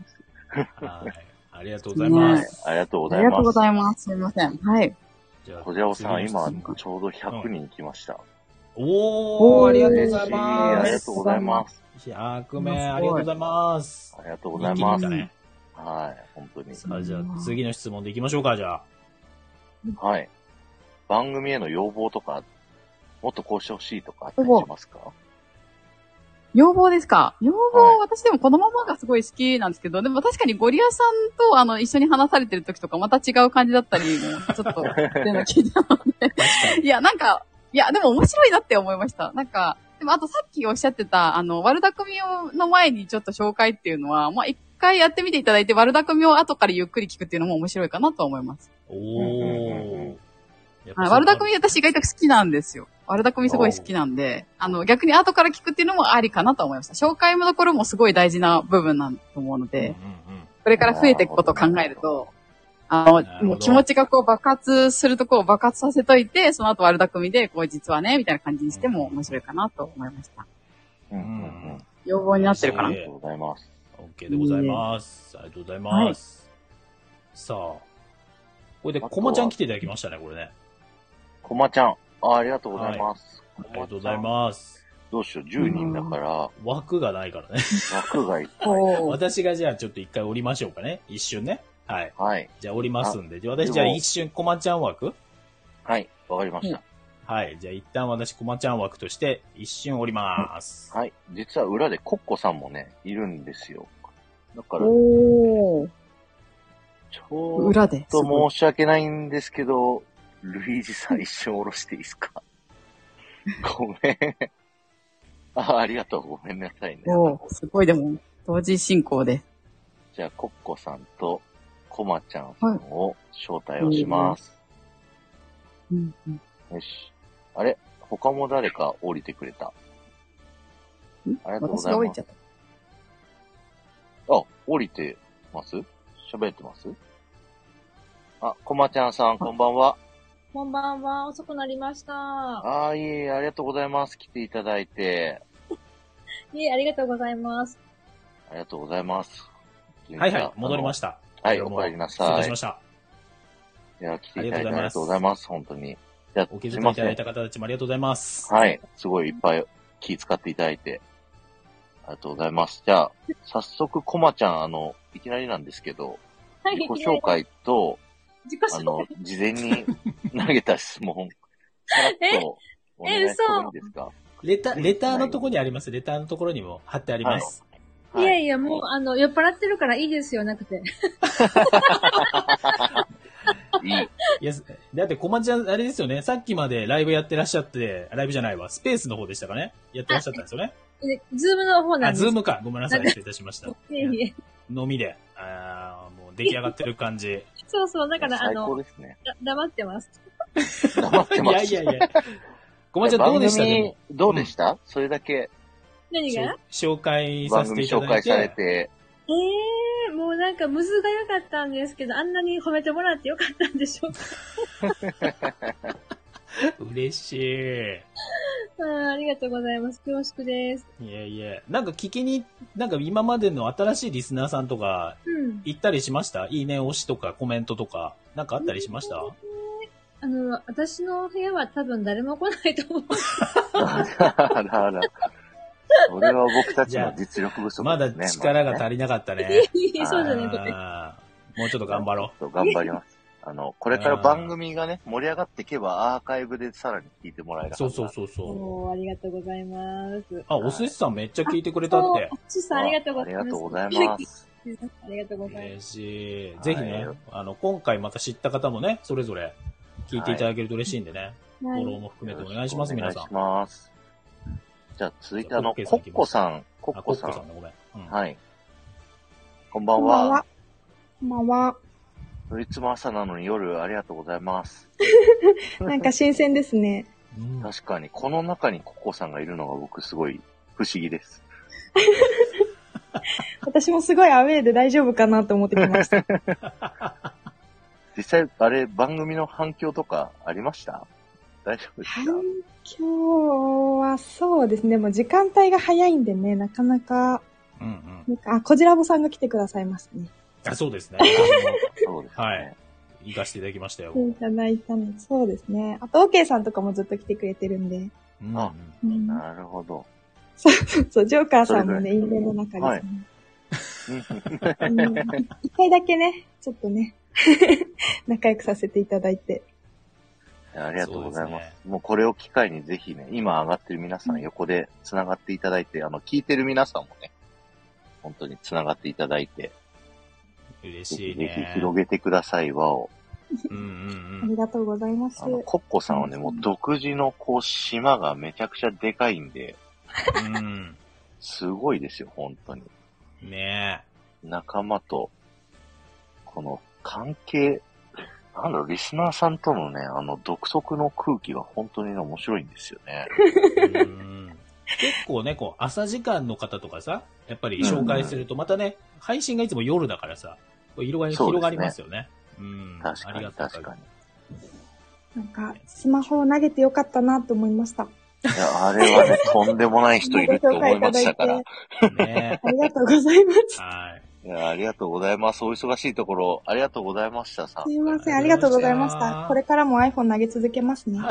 Speaker 2: ありがとうございます。
Speaker 1: ありがとうご
Speaker 11: あ
Speaker 1: ざ
Speaker 11: り
Speaker 1: い
Speaker 11: がとうご
Speaker 1: ます。
Speaker 11: ざいます。すみません。はい。
Speaker 1: 小じゃおさん、今、ちょうど100人来ました。
Speaker 2: お
Speaker 1: お
Speaker 2: ー、
Speaker 1: ー
Speaker 2: ありがとうございます。
Speaker 1: 嬉しいありがとうございます。
Speaker 2: 100名、ありがとうございます。
Speaker 1: ありがとうございます
Speaker 2: 一気に来たね。
Speaker 1: はい、本当に。
Speaker 2: さあ、じゃあ、次の質問でいきましょうか、じゃあ。
Speaker 1: はい。番組への要望とか、もっとこうしてほしいとかあったりしますか
Speaker 11: 要望ですか要望、私でもこのままがすごい好きなんですけど、でも確かにゴリアさんとあの一緒に話されてる時とかまた違う感じだったりも、ちょっ と、いや、なんか、いや、でも面白いなって思いました。なんか、でもあとさっきおっしゃってた、あの、悪巧みをの前にちょっと紹介っていうのは、まあ一回やってみていただいて、悪巧みを後からゆっくり聞くっていうのも面白いかなとは思います。
Speaker 2: おー。
Speaker 11: はい、悪巧み私意外と好きなんですよ。悪巧みすごい好きなんで、あの、逆に後から聞くっていうのもありかなと思いました。紹介のところもすごい大事な部分なんだと思うので、これから増えていくことを考えると、あの、もう気持ちがこう爆発するとこを爆発させといて、その後悪巧みで、こう実はね、みたいな感じにしても面白いかなと思いました。要望になってるかな
Speaker 2: ありがとうございます。OK でございます。ありがとうございます。さあ、これで、こまちゃん来ていただきましたね、これね。
Speaker 1: こまちゃん。あありがとうございます。
Speaker 2: ありがとうございます。
Speaker 1: どうしよう、10人だから。
Speaker 2: 枠がないからね。
Speaker 1: 枠がいっ
Speaker 2: ぱい。私がじゃあちょっと一回降りましょうかね。一瞬ね。はい。
Speaker 1: はい。
Speaker 2: じゃあ降りますんで。
Speaker 1: あ
Speaker 2: じゃあ私じゃあ
Speaker 1: でも
Speaker 2: 一瞬コマちゃん枠
Speaker 1: はい。わかりました。
Speaker 2: はい。じゃあ一旦私コマちゃん枠として一瞬降ります。
Speaker 1: はい。実は裏でコッコさんもね、いるんですよ。だから、ち
Speaker 11: おー。
Speaker 1: ょ
Speaker 11: 裏で
Speaker 1: っと申し訳ないんですけど、ルイージさん一瞬下ろしていいで すかごめん。あ、ありがとう。ごめんなさいね。
Speaker 11: おーすごいでも、同時進行で。
Speaker 1: じゃあ、コッコさんとコマちゃんさんを招待をします。
Speaker 11: うんうん
Speaker 1: よし。あれ他も誰か降りてくれた。ありがとうご
Speaker 11: 私
Speaker 1: ざい
Speaker 11: が降りち
Speaker 1: ます
Speaker 11: ゃ。った。
Speaker 1: あ、降りてます喋ってますあ、こまちゃんさん、こんばんは。
Speaker 13: こんばんは、遅くなりました。
Speaker 1: ああ、いえいえ、ありがとうございます。来ていただいて、
Speaker 13: いえ、ありがとうございます。
Speaker 1: ありがとうございます。
Speaker 2: はいはい戻りました
Speaker 1: あのはい、お帰りなさい。
Speaker 2: 失礼しました。
Speaker 1: いや、来ていただいて
Speaker 2: あり
Speaker 1: あり
Speaker 2: が
Speaker 1: が
Speaker 2: と
Speaker 1: と
Speaker 2: う
Speaker 1: うご
Speaker 2: ご
Speaker 1: ざ
Speaker 2: ざい
Speaker 1: います、本当に。や
Speaker 2: お気遣いいただいた方たちもありがとうございます。
Speaker 1: はい。すごいいっぱい気使っていただいて、ありがとうございます。じゃあ、早速、コマちゃん、あの、いきなりなんですけど、
Speaker 13: はい、
Speaker 1: 自己紹介と、
Speaker 13: 自己紹介
Speaker 1: あの、事前に投げた質問、さらっとお願いしてもいいですか
Speaker 2: レタレターのところにあります。レターのところにも貼ってあります。
Speaker 13: いやいや、もう、あの、酔っ払ってるからいいですよ、なくて。
Speaker 2: いや、だって、小町ちゃん、あれですよね。さっきまでライブやってらっしゃって、ライブじゃないわ。スペースの方でしたかねやってらっしゃったんですよね。
Speaker 13: でズームの方なん
Speaker 2: あ、
Speaker 13: です。
Speaker 2: ズームか。ごめんなさい。
Speaker 13: なんか
Speaker 2: 失礼いたしました。
Speaker 13: いえいえ。
Speaker 2: 飲みで。あーもう出来上がってる感じ。
Speaker 13: そうそう、だから、あ
Speaker 2: 最高
Speaker 13: の
Speaker 2: です、ね
Speaker 13: だ黙ってます。
Speaker 2: いやいやいや。ごめんなさいどうでした
Speaker 1: 番組
Speaker 2: でも
Speaker 1: どうでした、それだけ
Speaker 13: 何が
Speaker 2: 紹介さ
Speaker 1: 番
Speaker 2: せて
Speaker 1: 組
Speaker 2: いた
Speaker 1: 紹
Speaker 2: だ
Speaker 1: 介
Speaker 2: いて。
Speaker 1: されて、
Speaker 13: ええー、もうなんか、むずが良かったんですけど、あんなに褒めてもらってよかったんでしょうか。
Speaker 2: 嬉しい。
Speaker 13: うん、ありがとうございます。恐縮です。
Speaker 2: いやいや。なんか聞きに、なんか今までの新しいリスナーさんとか、
Speaker 13: うん。
Speaker 2: 行ったりしましたいいね押しとかコメントとか、なんかあったりしました
Speaker 13: あの、私の部屋は多分誰も来ないと思う。
Speaker 1: あらあら。それは 僕たちの実力不足ですね。
Speaker 2: まだ力が足りなかったね。
Speaker 13: いえいえ そうじゃないこと
Speaker 2: あーもうちょっと頑張ろう。
Speaker 1: 頑張ります。あの、これから番組がね、盛り上がっていけばアーカイブでさらに聞いてもらえるはず
Speaker 2: そうそうそうそう。
Speaker 13: もう、ありがとうございます。
Speaker 2: あ、お寿司さんめっちゃ聞いてくれたって
Speaker 13: お。ちさん、ありがとうございます。。
Speaker 2: ありがとうございます
Speaker 13: ありがとうございます。
Speaker 2: 嬉しい。ぜひね、あの、今回また知った方もね、それぞれ聞いていただけると嬉しいんでね。フ
Speaker 13: はい
Speaker 2: ォローも含めてお願いします、皆さ
Speaker 1: お
Speaker 2: ん。
Speaker 1: 願いします。じゃあ続いてあの、
Speaker 2: オッケー
Speaker 1: コッコさん、コッコさん。はい。こんばんは。
Speaker 12: こんばんは。
Speaker 1: いつも朝なのに夜ありがとうございます。
Speaker 12: なんか新鮮ですね。
Speaker 1: 確かに、この中にコッコさんがいるのが僕すごい不思議です。
Speaker 12: 私もすごいアウェーで大丈夫かなと思ってきま した。
Speaker 1: 実際、あれ、番組の反響とかありました大丈夫ですか
Speaker 12: 今日はそうですね。もう時間帯が早いんでね、なかなか、なんかあ、こじらぼさんが来てくださいましたね。
Speaker 2: あそうですね。はい。行かせていただきましたよ。
Speaker 12: いただいたの。そうですね。あと、オーケーさんとかもずっと来てくれてるんで。
Speaker 1: あ、
Speaker 12: うん
Speaker 1: なるほど。
Speaker 12: そうそうそう、ジョーカーさんも
Speaker 1: それ
Speaker 12: ね、
Speaker 1: ぐ
Speaker 12: 因
Speaker 1: らい
Speaker 12: 縁の中
Speaker 1: はい
Speaker 12: ですね。 うん一回だけね、ちょっとね、 仲良くさせていただいて。
Speaker 1: ありがとうございます。もうこれを機会にぜひね、今上がってる皆さん横で繋がっていただいて、あの、聞いてる皆さんもね、本当に繋がっていただいて、
Speaker 2: 嬉しい
Speaker 1: ぜひ
Speaker 2: ね。
Speaker 1: 広げてください、輪を。
Speaker 12: ありがとうございます。
Speaker 1: コッコさんはね、もう独自のこう、島がめちゃくちゃでかいんで、すごいですよ、本当に。
Speaker 2: ね
Speaker 1: 仲間と、この関係、なんだろう、リスナーさんとのね、あの、独特の空気が本当にね、面白いんですよ ね。
Speaker 2: 結構ね、こう、朝時間の方とかさ、やっぱり紹介すると、またね、配信がいつも夜だからさ、こう色が広がりますよね。うん。確かに、確か
Speaker 12: なんか、スマホを投げてよかったなと思いました。
Speaker 1: いや、あれはね、とんでもない人いるって思いました から。
Speaker 2: ね
Speaker 12: ありがとうございます。
Speaker 1: いや、ありがとうございます。お忙しいところ、ありがとうございました、さ
Speaker 12: すい
Speaker 1: ん。
Speaker 12: ません、ありがとうございました。これからも iPhone 投げ続けますね。
Speaker 2: に。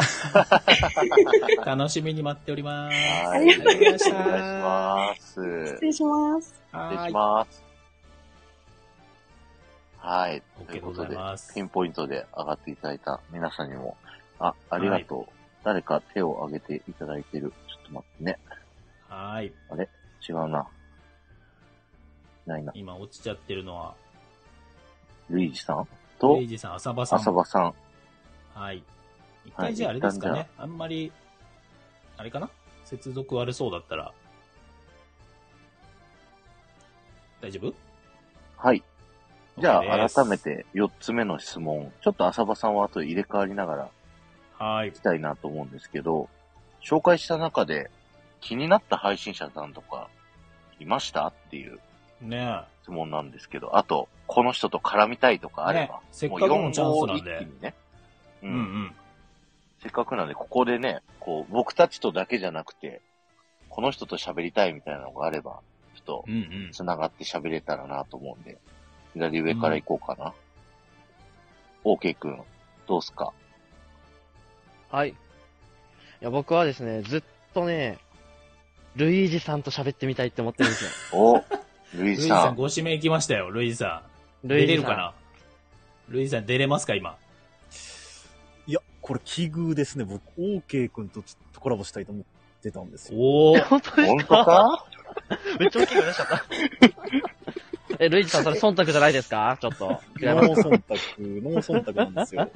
Speaker 2: 楽しみに待っております。
Speaker 12: ありがとうございまし
Speaker 1: お
Speaker 12: た
Speaker 1: 願いします。失
Speaker 12: 失礼します。
Speaker 1: 礼します。はい。ということで、ピンポイントで上がっていただいた皆さんにも、あ、ありがとう。誰か手を挙げていただいてる。ちょっと待ってね。
Speaker 2: はい。
Speaker 1: あれ違うな。ないな。
Speaker 2: 今落ちちゃってるのは、
Speaker 1: ルイージさんと、
Speaker 2: ルイージさん浅場さん
Speaker 1: 浅場さん。
Speaker 2: はい。一
Speaker 1: は
Speaker 2: 回
Speaker 1: い
Speaker 2: じゃああれですか
Speaker 1: 一旦
Speaker 2: ね。あんまり、あれかな接続悪そうだったら。大丈夫
Speaker 1: はい。じゃ
Speaker 2: OK で
Speaker 1: あ、
Speaker 2: す
Speaker 1: 改めて4つ目の質問。ちょっと浅場さんは後で入れ替わりながら、
Speaker 2: はい。
Speaker 1: きたいなと思うんですけど、紹介した中で気になった配信者さんとか、いましたっていう
Speaker 2: ね
Speaker 1: 質問なんですけど、あと、この人と絡みたいとかあれば、
Speaker 2: ねせっかくのチャンスな
Speaker 1: もう四
Speaker 2: んで
Speaker 1: 号一気にね。うん
Speaker 2: うんうん。
Speaker 1: せっかくなんで、ここでね、こう、僕たちとだけじゃなくて、この人と喋りたいみたいなのがあれば、ちょ
Speaker 2: うんうん
Speaker 1: っと、繋がって喋れたらなと思うんで、左上から行こうかな。OK くん、どうすか
Speaker 4: はい。いや、僕はですね、ずっとね、ルイージさんと喋ってみたいって思ってるんですよ。
Speaker 1: お
Speaker 2: ルイジさん、ご指名来ましたよ、ルイジさん。
Speaker 4: ルイ
Speaker 2: 出
Speaker 4: ジさん
Speaker 2: れるかなルイジさん、出れますか、今。
Speaker 10: いや、これ奇遇ですね。僕、OK 君とちょっとコラボしたいと思ってたんですよ。
Speaker 2: お
Speaker 4: ー本当ですか本当かめっちゃ大きい声出しちゃった。え、ルイージさん、それ忖度じゃないですかちょっと。
Speaker 10: ノー忖度、ノー忖度なんですよ。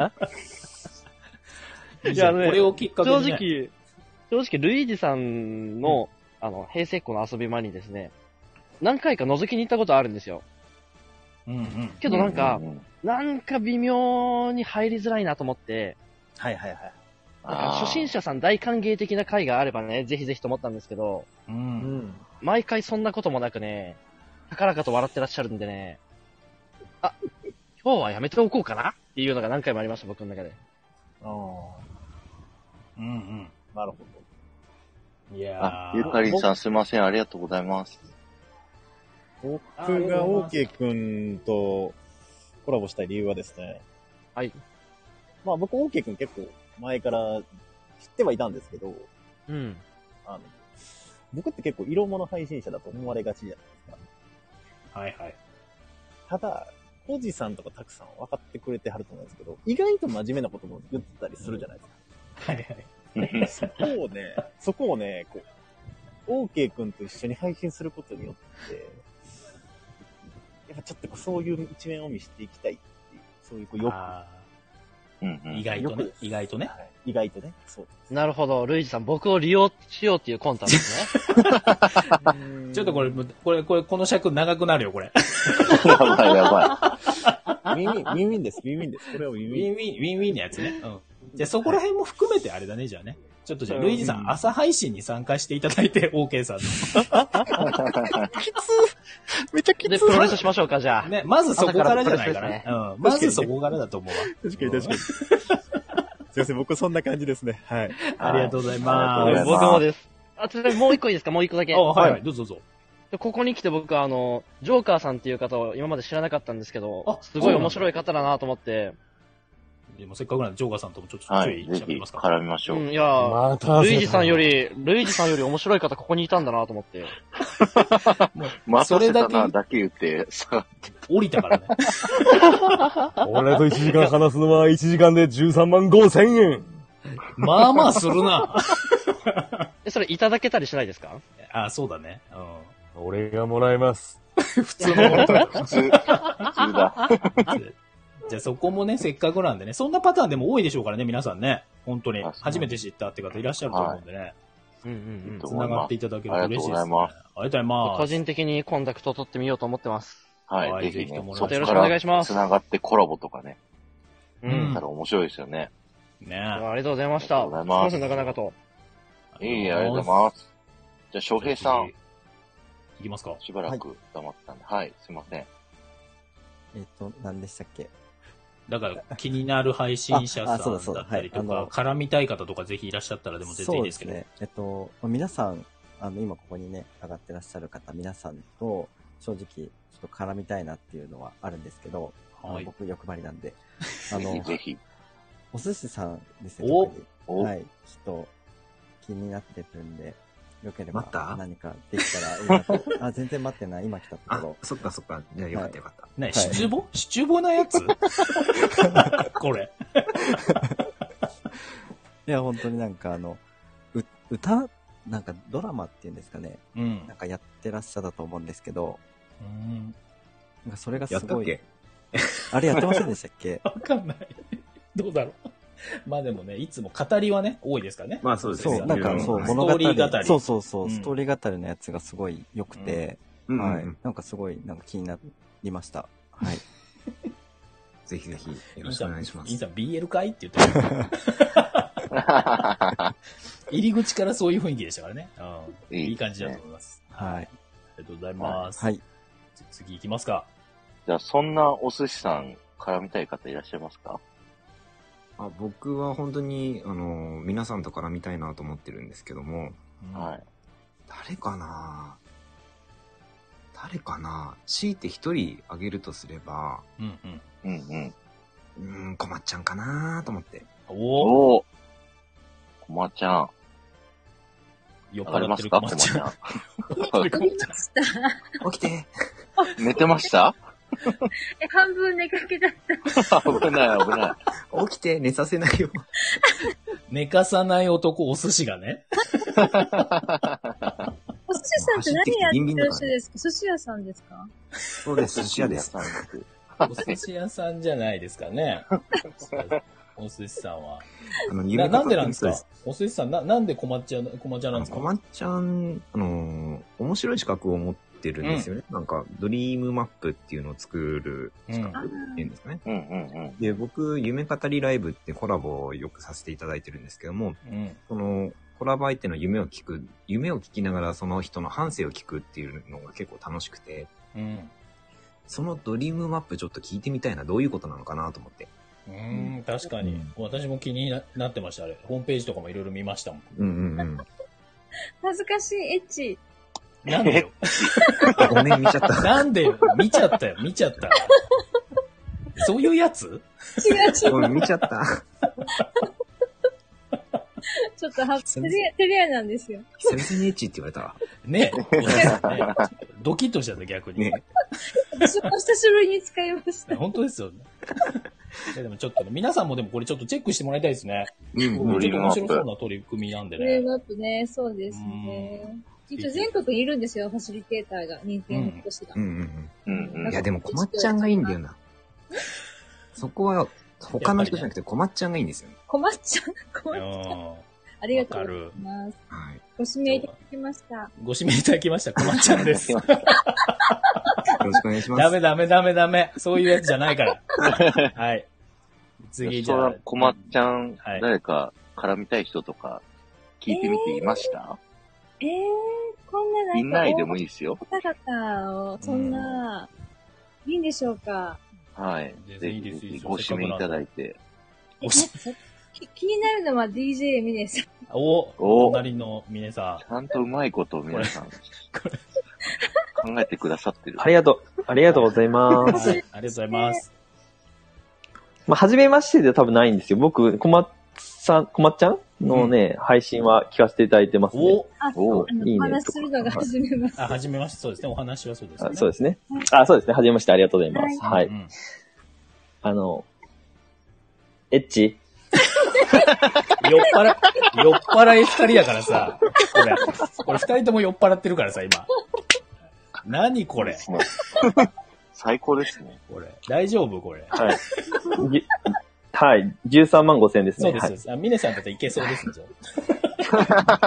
Speaker 4: い
Speaker 2: じゃんこれをきっかけにね
Speaker 4: 正直、 正直、ルイージさんの、あの、平成っ子の遊び場にですね、何回か覗きに行ったことあるんですよ。
Speaker 2: うんうん。
Speaker 4: けどなんか、
Speaker 2: う
Speaker 4: なんか微妙に入りづらいなと思って、
Speaker 10: はいはいはい。
Speaker 4: なんか初心者さん大歓迎的な会があればね、ぜひぜひと思ったんですけど、
Speaker 2: うん。
Speaker 4: 毎回そんなこともなくね、高らかと笑ってらっしゃるんでね、あ、今日はやめておこうかなっていうのが何回もありました、僕の中で。
Speaker 10: ああ。
Speaker 2: うんうん。
Speaker 10: なるほ
Speaker 2: ど。いや
Speaker 1: あ、ゆかりんさんすいません、ありがとうござい ます。
Speaker 10: 僕が OK 君とコラボしたい理由はですね。
Speaker 4: はい。
Speaker 10: まあ僕 OK 君結構前から知ってはいたんですけど、
Speaker 4: うん。
Speaker 10: あの、僕って結構色物配信者だと思われがちじゃないですか。
Speaker 2: はいはい。
Speaker 10: ただ、コジさんとかたくさん分かってくれてはると思うんですけど、意外と真面目なことも言ってたりするじゃないですか。そこを ね、そこをね、こう、OK 君と一緒に配信することによって、やっぱちょっとこうそういう一面を見せていきたいっていう、そういうこう欲
Speaker 2: 意外とね
Speaker 10: 欲、
Speaker 2: 意外とね。
Speaker 10: 意外とね、そう。
Speaker 4: なるほど、ルイージさん、僕を利用しようっていう魂胆ですね。
Speaker 2: ちょっとこれ、これ、これ、この尺長くなるよ、こ れ。
Speaker 1: やばいやば
Speaker 10: ウィンウィン、ウィンウィンです、ウィンウィンです。これはウィン
Speaker 2: ウィンウィン、ウィンウィンのやつね。うん。じゃあそこら辺も含めてあれだね、じゃあね。ちょっとじゃあ、ルイージさん、朝配信に参加していただいて、OK さんの。
Speaker 10: めっちゃ
Speaker 4: きつい。プロレスしましょうか、じゃあ。
Speaker 2: ね、まずそこからじゃないか
Speaker 4: 朝らプ
Speaker 2: な。
Speaker 4: ロレスですね
Speaker 2: うん。まずそこからだと思うわ。
Speaker 10: 確かに確かに。すいません、僕そんな感じですね。はい。
Speaker 2: ありがとうございます
Speaker 4: はい僕もです。あ、ちなみにもう一個いいですかもう一個だけ。
Speaker 2: あはいはいどうぞどうぞ。
Speaker 4: でここに来て僕はあの、ジョーカーさんっていう方を今まで知らなかったんですけど、すごい面白い方だなと思って。
Speaker 2: でもせっかくなんで、ジョーガーさんともちょっとちょ
Speaker 1: はいい。
Speaker 2: 喋
Speaker 1: ぜ
Speaker 2: り
Speaker 1: ひ
Speaker 2: ますか。
Speaker 1: 絡みましょう。
Speaker 4: うん、いやー、ルイージさんより、ルイージさんより面白い方ここにいたんだなと思 って。
Speaker 1: ま
Speaker 4: そ
Speaker 1: そ
Speaker 4: れ
Speaker 1: れ
Speaker 4: だ
Speaker 1: だ
Speaker 4: け
Speaker 1: け。だけ言って、さ、
Speaker 2: 降りたからね。
Speaker 6: 俺と1時間話すのは1時間で13万5千円。
Speaker 2: まあまあするな。
Speaker 4: え、それいただけたりしないですか
Speaker 2: あ、そうだね。うん。
Speaker 6: 俺がもらえます。
Speaker 2: 普通の本当だ
Speaker 6: 普通普通だ
Speaker 2: じゃあそこもね、せっかくなんでね、そんなパターンでも多いでしょうからね、皆さんね。本当に。初めて知ったって方いらっしゃると思うんでね。
Speaker 4: うんうん
Speaker 2: つながっていただけると嬉しいです、ね。
Speaker 4: す。
Speaker 2: ありがとうございます
Speaker 4: 個人的にコンタクト取ってみようと思ってます。
Speaker 1: はい。ぜひね、
Speaker 4: ちょ
Speaker 1: そ
Speaker 4: っとよ
Speaker 1: こ
Speaker 4: ろし
Speaker 1: か
Speaker 4: くお願いしま
Speaker 1: ら
Speaker 4: す。
Speaker 1: 繋がってコラボとかね。
Speaker 4: うん
Speaker 1: たら面白いですよね。
Speaker 2: ねあ
Speaker 4: りがとうございました。すみ
Speaker 1: りがとうございます
Speaker 4: せん、なかなかと。
Speaker 1: いえいえ、ありがとうございます。じゃあ、翔平さん。
Speaker 2: いきますか。
Speaker 1: しばらく黙ってたんで。はい、すいません。
Speaker 7: えっと、何でしたっけ
Speaker 2: だから気になる配信者さ
Speaker 7: ああそうだそ
Speaker 2: ん
Speaker 7: う
Speaker 2: だ
Speaker 7: だ
Speaker 2: ったりと
Speaker 7: はいあ
Speaker 2: か
Speaker 7: の、
Speaker 2: 絡みたい方とかぜひいらっしゃったらでも全然いいですけど。
Speaker 7: そうですね。えっと、まあ皆さん、あの、今ここにね、上がってらっしゃる方、皆さんと、正直、ちょっと絡みたいなっていうのはあるんですけど、あの
Speaker 2: はい
Speaker 7: 僕欲張りなん で。
Speaker 1: ぜひぜひ。
Speaker 7: お寿司さんですね、
Speaker 2: お
Speaker 7: 特に
Speaker 1: お
Speaker 7: はい、ちょっと気になってるんで、よければ何かできたらいいな と。あ、全然待ってない、今来たところ。
Speaker 9: そっかそっか、じゃあよかったよかった。
Speaker 2: ね、シチュボシチュボ なやつ これ。
Speaker 7: いや、本当になんかあの、う歌、なんかドラマっていうんですかね。
Speaker 2: うん
Speaker 7: なんかやってらっしゃったと思うんですけど、
Speaker 2: うん
Speaker 7: なんかそれがすごい。
Speaker 9: やった
Speaker 7: あれやってませんでしたっけ
Speaker 2: わかんない。 どうだろう。まあでもね、いつも語りはね、多いですからね。
Speaker 9: まあそうですね
Speaker 7: そう、なんかそう、
Speaker 9: うん
Speaker 7: 物語。
Speaker 9: ストーリー語り
Speaker 7: そうそうそう、
Speaker 9: うん
Speaker 7: ストーリー語りのやつがすごい良くて、
Speaker 9: うんうんうん
Speaker 7: はい。なんかすごい、なんか気になりました。はい。
Speaker 9: ぜひぜひ、よ
Speaker 2: ろし
Speaker 9: くお願いします
Speaker 2: インさん、BL かいって 言ってた入り口からそういう雰囲気でしたからね。うん、いい感じだと思います。
Speaker 7: はい。
Speaker 2: ありがとうございます。
Speaker 7: はい。
Speaker 2: 次行きますか。
Speaker 1: じゃあ、そんなお寿司さん絡みたい方いらっしゃいますか
Speaker 9: あ僕は本当に、あの、皆さんと絡みたいなと思ってるんですけども、
Speaker 1: はい。
Speaker 9: 誰かな誰かな強いて一人あげるとすれば、
Speaker 2: うんうん。
Speaker 1: うんうん。
Speaker 9: うーん、こまっちゃんかなと思って。
Speaker 2: お
Speaker 1: おコマちゃん。
Speaker 2: 酔っ
Speaker 1: 払ってるコマちゃん。
Speaker 9: 起きて。
Speaker 1: 寝てました
Speaker 13: え、半分寝かけだった。
Speaker 1: 危ない危ない。
Speaker 9: 起きて、寝させないよ。
Speaker 2: 寝かさない男、お寿司がね。
Speaker 13: お寿司さんって何やってる人ですか寿司屋さんですか
Speaker 9: そうです、寿司屋です。
Speaker 2: お寿司屋さんじゃないですかね。お寿司さんは。
Speaker 9: あの
Speaker 2: ななんでなんですか
Speaker 9: 夢と
Speaker 2: お寿司さん、ななんでこまっちゃ、こまちゃなんですか
Speaker 9: まっちゃん、あのー面白い資格を持ってるんですよね。なんか、ドリームマップっていうのを作る資格っていうんですかね。で、僕、夢語りライブってコラボをよくさせていただいてるんですけども、
Speaker 2: うん。
Speaker 9: その、コラボ相手の夢を聞く、夢を聞きながらその人の半生を聞くっていうのが結構楽しくて、
Speaker 2: うん。
Speaker 9: そのドリームマップちょっと聞いてみたいな、どういうことなのかなと思って。
Speaker 2: うーん、確かに。私も気にななってました、あれ。ホームページとかもいろいろ見ましたもん。
Speaker 9: うんうんうん。
Speaker 13: 恥ずかしいエッチ。
Speaker 2: なんでよ。
Speaker 9: ごめん、見ちゃった。
Speaker 2: なんでよ。見ちゃったよ、見ちゃった。そういうやつ
Speaker 13: 違う違う。
Speaker 9: 見ちゃっ た。
Speaker 13: ちょっとは、照れ、照れ屋なんですよ。
Speaker 9: 久々にエッチって言われたわ。
Speaker 2: ねえ。ドキッとしちゃった、逆に。
Speaker 13: 私も久しぶりに使いました。
Speaker 2: 本当ですよね。いやでもちょっとね、皆さんもでもこれちょっとチェックしてもらいたいですね。
Speaker 1: うん
Speaker 2: これ
Speaker 1: ドリー
Speaker 2: ちょっと面白
Speaker 1: ムマップ
Speaker 2: そうな取り組み なんで
Speaker 13: グレ
Speaker 2: ね
Speaker 13: ー。ドアップね、そうですね。一応全国にいるんですよ、ファシリテーターが、認定の人が。
Speaker 9: うん
Speaker 1: うん
Speaker 9: うん。いや、でも、こまっちゃんがいいんだよな。そこは、他の人じゃなくて、こまっちゃんがいいんですよね。
Speaker 13: 困っちゃう、 困っちゃう。ありがとうございます。ご指名いただきました。
Speaker 2: ご指名いただきました、こまちゃんです。よ
Speaker 9: ろしくお願いし
Speaker 2: ます。ダメダメダメダメ。そういうやつじゃないから。はい。次じゃあ。
Speaker 1: こまっちゃん、誰か絡みたい人とか聞いてみていました、
Speaker 13: ええー、こんななんか、
Speaker 1: いないでもいいですよ。
Speaker 13: 方々を、そんな、いいんでしょうか。
Speaker 1: はい。ぜひぜひご指名いただいて。
Speaker 13: えき気になるのは DJ ミネさん。
Speaker 2: お、
Speaker 1: お
Speaker 2: 隣のミネさ
Speaker 1: ん。ちゃんとうまいことを皆さん、考えてくださってる。
Speaker 5: ありがとう。ありがとうございます。
Speaker 2: はいありがとうございます。
Speaker 5: まあ、初めましてでは多分ないんですよ。僕、こまっさん、こまっちゃんのね、配信は聞かせていただいてますね。
Speaker 13: あ、
Speaker 5: お
Speaker 13: あの
Speaker 5: いい
Speaker 13: お
Speaker 5: ね
Speaker 13: 話。しするのが初めまして。
Speaker 2: あ、はじめまして、そうですね。お話はそうですね
Speaker 5: あ。そうですね。あ、そうですね。はじめまして。ありがとうございます。
Speaker 2: は
Speaker 5: はいい。
Speaker 2: うん
Speaker 5: あの、エッチ
Speaker 2: 酔っ払、 酔っ払い二人だからさ、これ、これ二人とも酔っ払ってるからさ、今。何これ。
Speaker 1: 最高ですね。
Speaker 2: これ。大丈夫これ。
Speaker 5: はい。ぎはい。13万5千ですね。
Speaker 2: そうですそうです。あ、ミネさんだったらいけそうですね。じゃ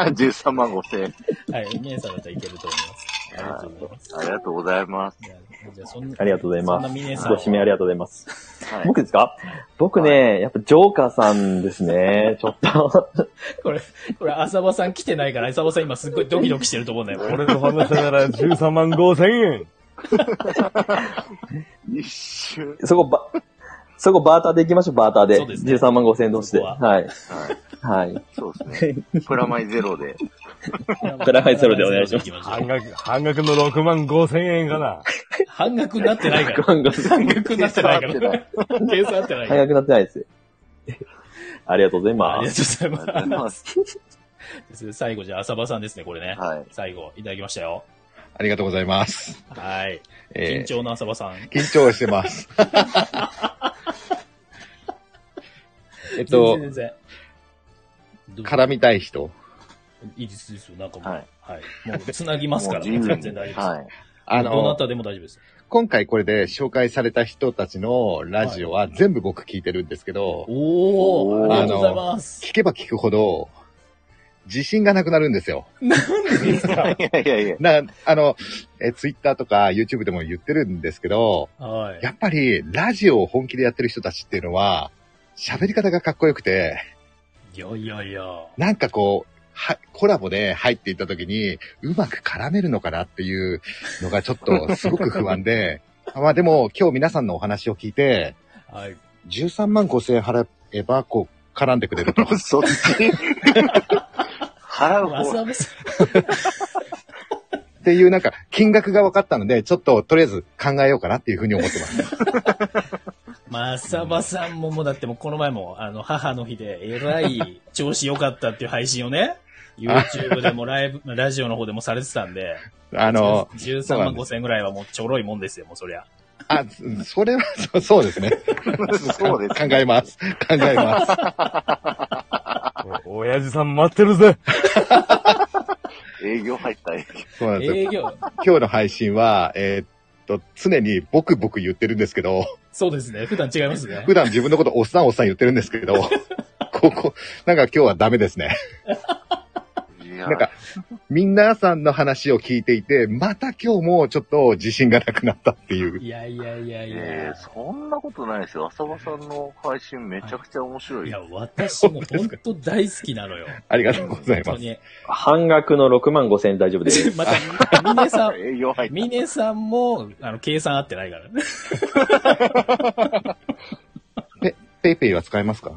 Speaker 1: 13万5千円。
Speaker 2: あはい。ミネさんだったらいけると思います。ありがとうございます。
Speaker 1: ありがとうございます。
Speaker 2: じゃあそんな
Speaker 5: ありがとうございま
Speaker 2: そんなミネ
Speaker 5: す。
Speaker 2: さん
Speaker 5: ご
Speaker 2: は。
Speaker 5: 指名ありがとうございます。僕ですか僕ね、やっぱジョーカーさんですね。ちょっと。
Speaker 2: これ、これ、浅場さん来てないから、浅場さん今すっごいドキドキしてると 思うんだよ。
Speaker 6: 俺と話しながら13万5千円。
Speaker 1: 一瞬。
Speaker 5: そこば、そこバーターで行きましょう、バーターで。
Speaker 1: そうですね
Speaker 5: 13万5千円同士で。
Speaker 1: は
Speaker 5: はい。
Speaker 1: は
Speaker 5: はいい。
Speaker 1: そうですね。プラマイゼロで。
Speaker 5: プラハイゼロでお願いします。
Speaker 6: 半額、半額の6万5千円かな。
Speaker 2: 半額になってないから。
Speaker 5: 半
Speaker 2: 額になってないから。計算合ってないか
Speaker 5: 早
Speaker 2: ら。
Speaker 5: くなってないです。ありがとうございます。
Speaker 2: ありがとうございます。です最後じゃあ、浅場さんですね、これね。最後、いただきましたよ。
Speaker 3: ありがとうございます。
Speaker 2: はい。緊
Speaker 3: えー
Speaker 2: 張の浅場さん。
Speaker 3: 緊張してます。えっと
Speaker 2: 全然全然
Speaker 3: 絡みたい人。
Speaker 2: いいですいいですよ、なんかもう。はい。もう、つなぎますから、
Speaker 3: もう自由
Speaker 2: 全
Speaker 3: に
Speaker 2: 然大丈夫
Speaker 3: は
Speaker 2: で
Speaker 3: い
Speaker 2: す。
Speaker 3: あの
Speaker 2: どなたでも大丈夫です。
Speaker 3: 今回これで紹介された人たちのラジオは全部僕聞いてるんですけど、
Speaker 2: おーありがとうございま
Speaker 3: 聞けば聞くほど、自信がなくなるんですよ。
Speaker 1: いやいやいや。
Speaker 3: な、あの、え、ツイッターとか YouTube でも言ってるんですけど、
Speaker 2: はい。
Speaker 3: やっぱりラジオを本気でやってる人たちっていうのは、喋り方がかっこよくて、
Speaker 2: いやいやいや。
Speaker 3: なんかこう、は、コラボで入っていった時に、うまく絡めるのかなっていうのがちょっとすごく不安で、 まあでも今日皆さんのお話を聞いて、
Speaker 2: はい。
Speaker 3: 13万5千円払えば、こう、絡んでくれると。
Speaker 1: そっち払う
Speaker 2: 浅 場さ
Speaker 3: っていうなんか、金額が分かったので、ちょっととりあえず考えようかなっていうふうに思ってます。
Speaker 2: ん。まさばさんももうだってもうこの前も、あの、母の日で、えらい調子良かったっていう配信をね、YouTube でもライ ブ、ラジオの方でもされてたんで、
Speaker 3: あの、
Speaker 2: 13万5千円ぐらいはもうちょろいもんですよ、もうそりゃ。
Speaker 3: あ、それは、 そうそうですね。
Speaker 1: そうで
Speaker 3: 考
Speaker 1: す
Speaker 3: えます。考えます。
Speaker 6: 親父さん待ってるぜ。
Speaker 1: 営業入った営業。
Speaker 3: そうなんですよ。
Speaker 2: 営業
Speaker 3: 今日の配信は、えーっと、常にボクボク言ってるんですけど、
Speaker 2: そうですね、普段違いますね。
Speaker 3: 普段自分のことおっさんおっさん言ってるんですけど、ここ、なんか今日はダメですね。なんか、みんなさんの話を聞いていて、また今日もちょっと自信がなくなったっていう。
Speaker 2: いやいやいやい
Speaker 1: や。そんなことないですよ。浅場さんの配信めちゃくちゃ面白い。いや、
Speaker 2: 私も本当大好き なのよ。
Speaker 3: ありがとうござい
Speaker 2: 本当に。
Speaker 5: 半額の6万5千円大丈夫です。
Speaker 2: また、ミ ネさん、ミネさんも、あの、計算合ってないからね。
Speaker 3: ペ、ペイペイは使えますか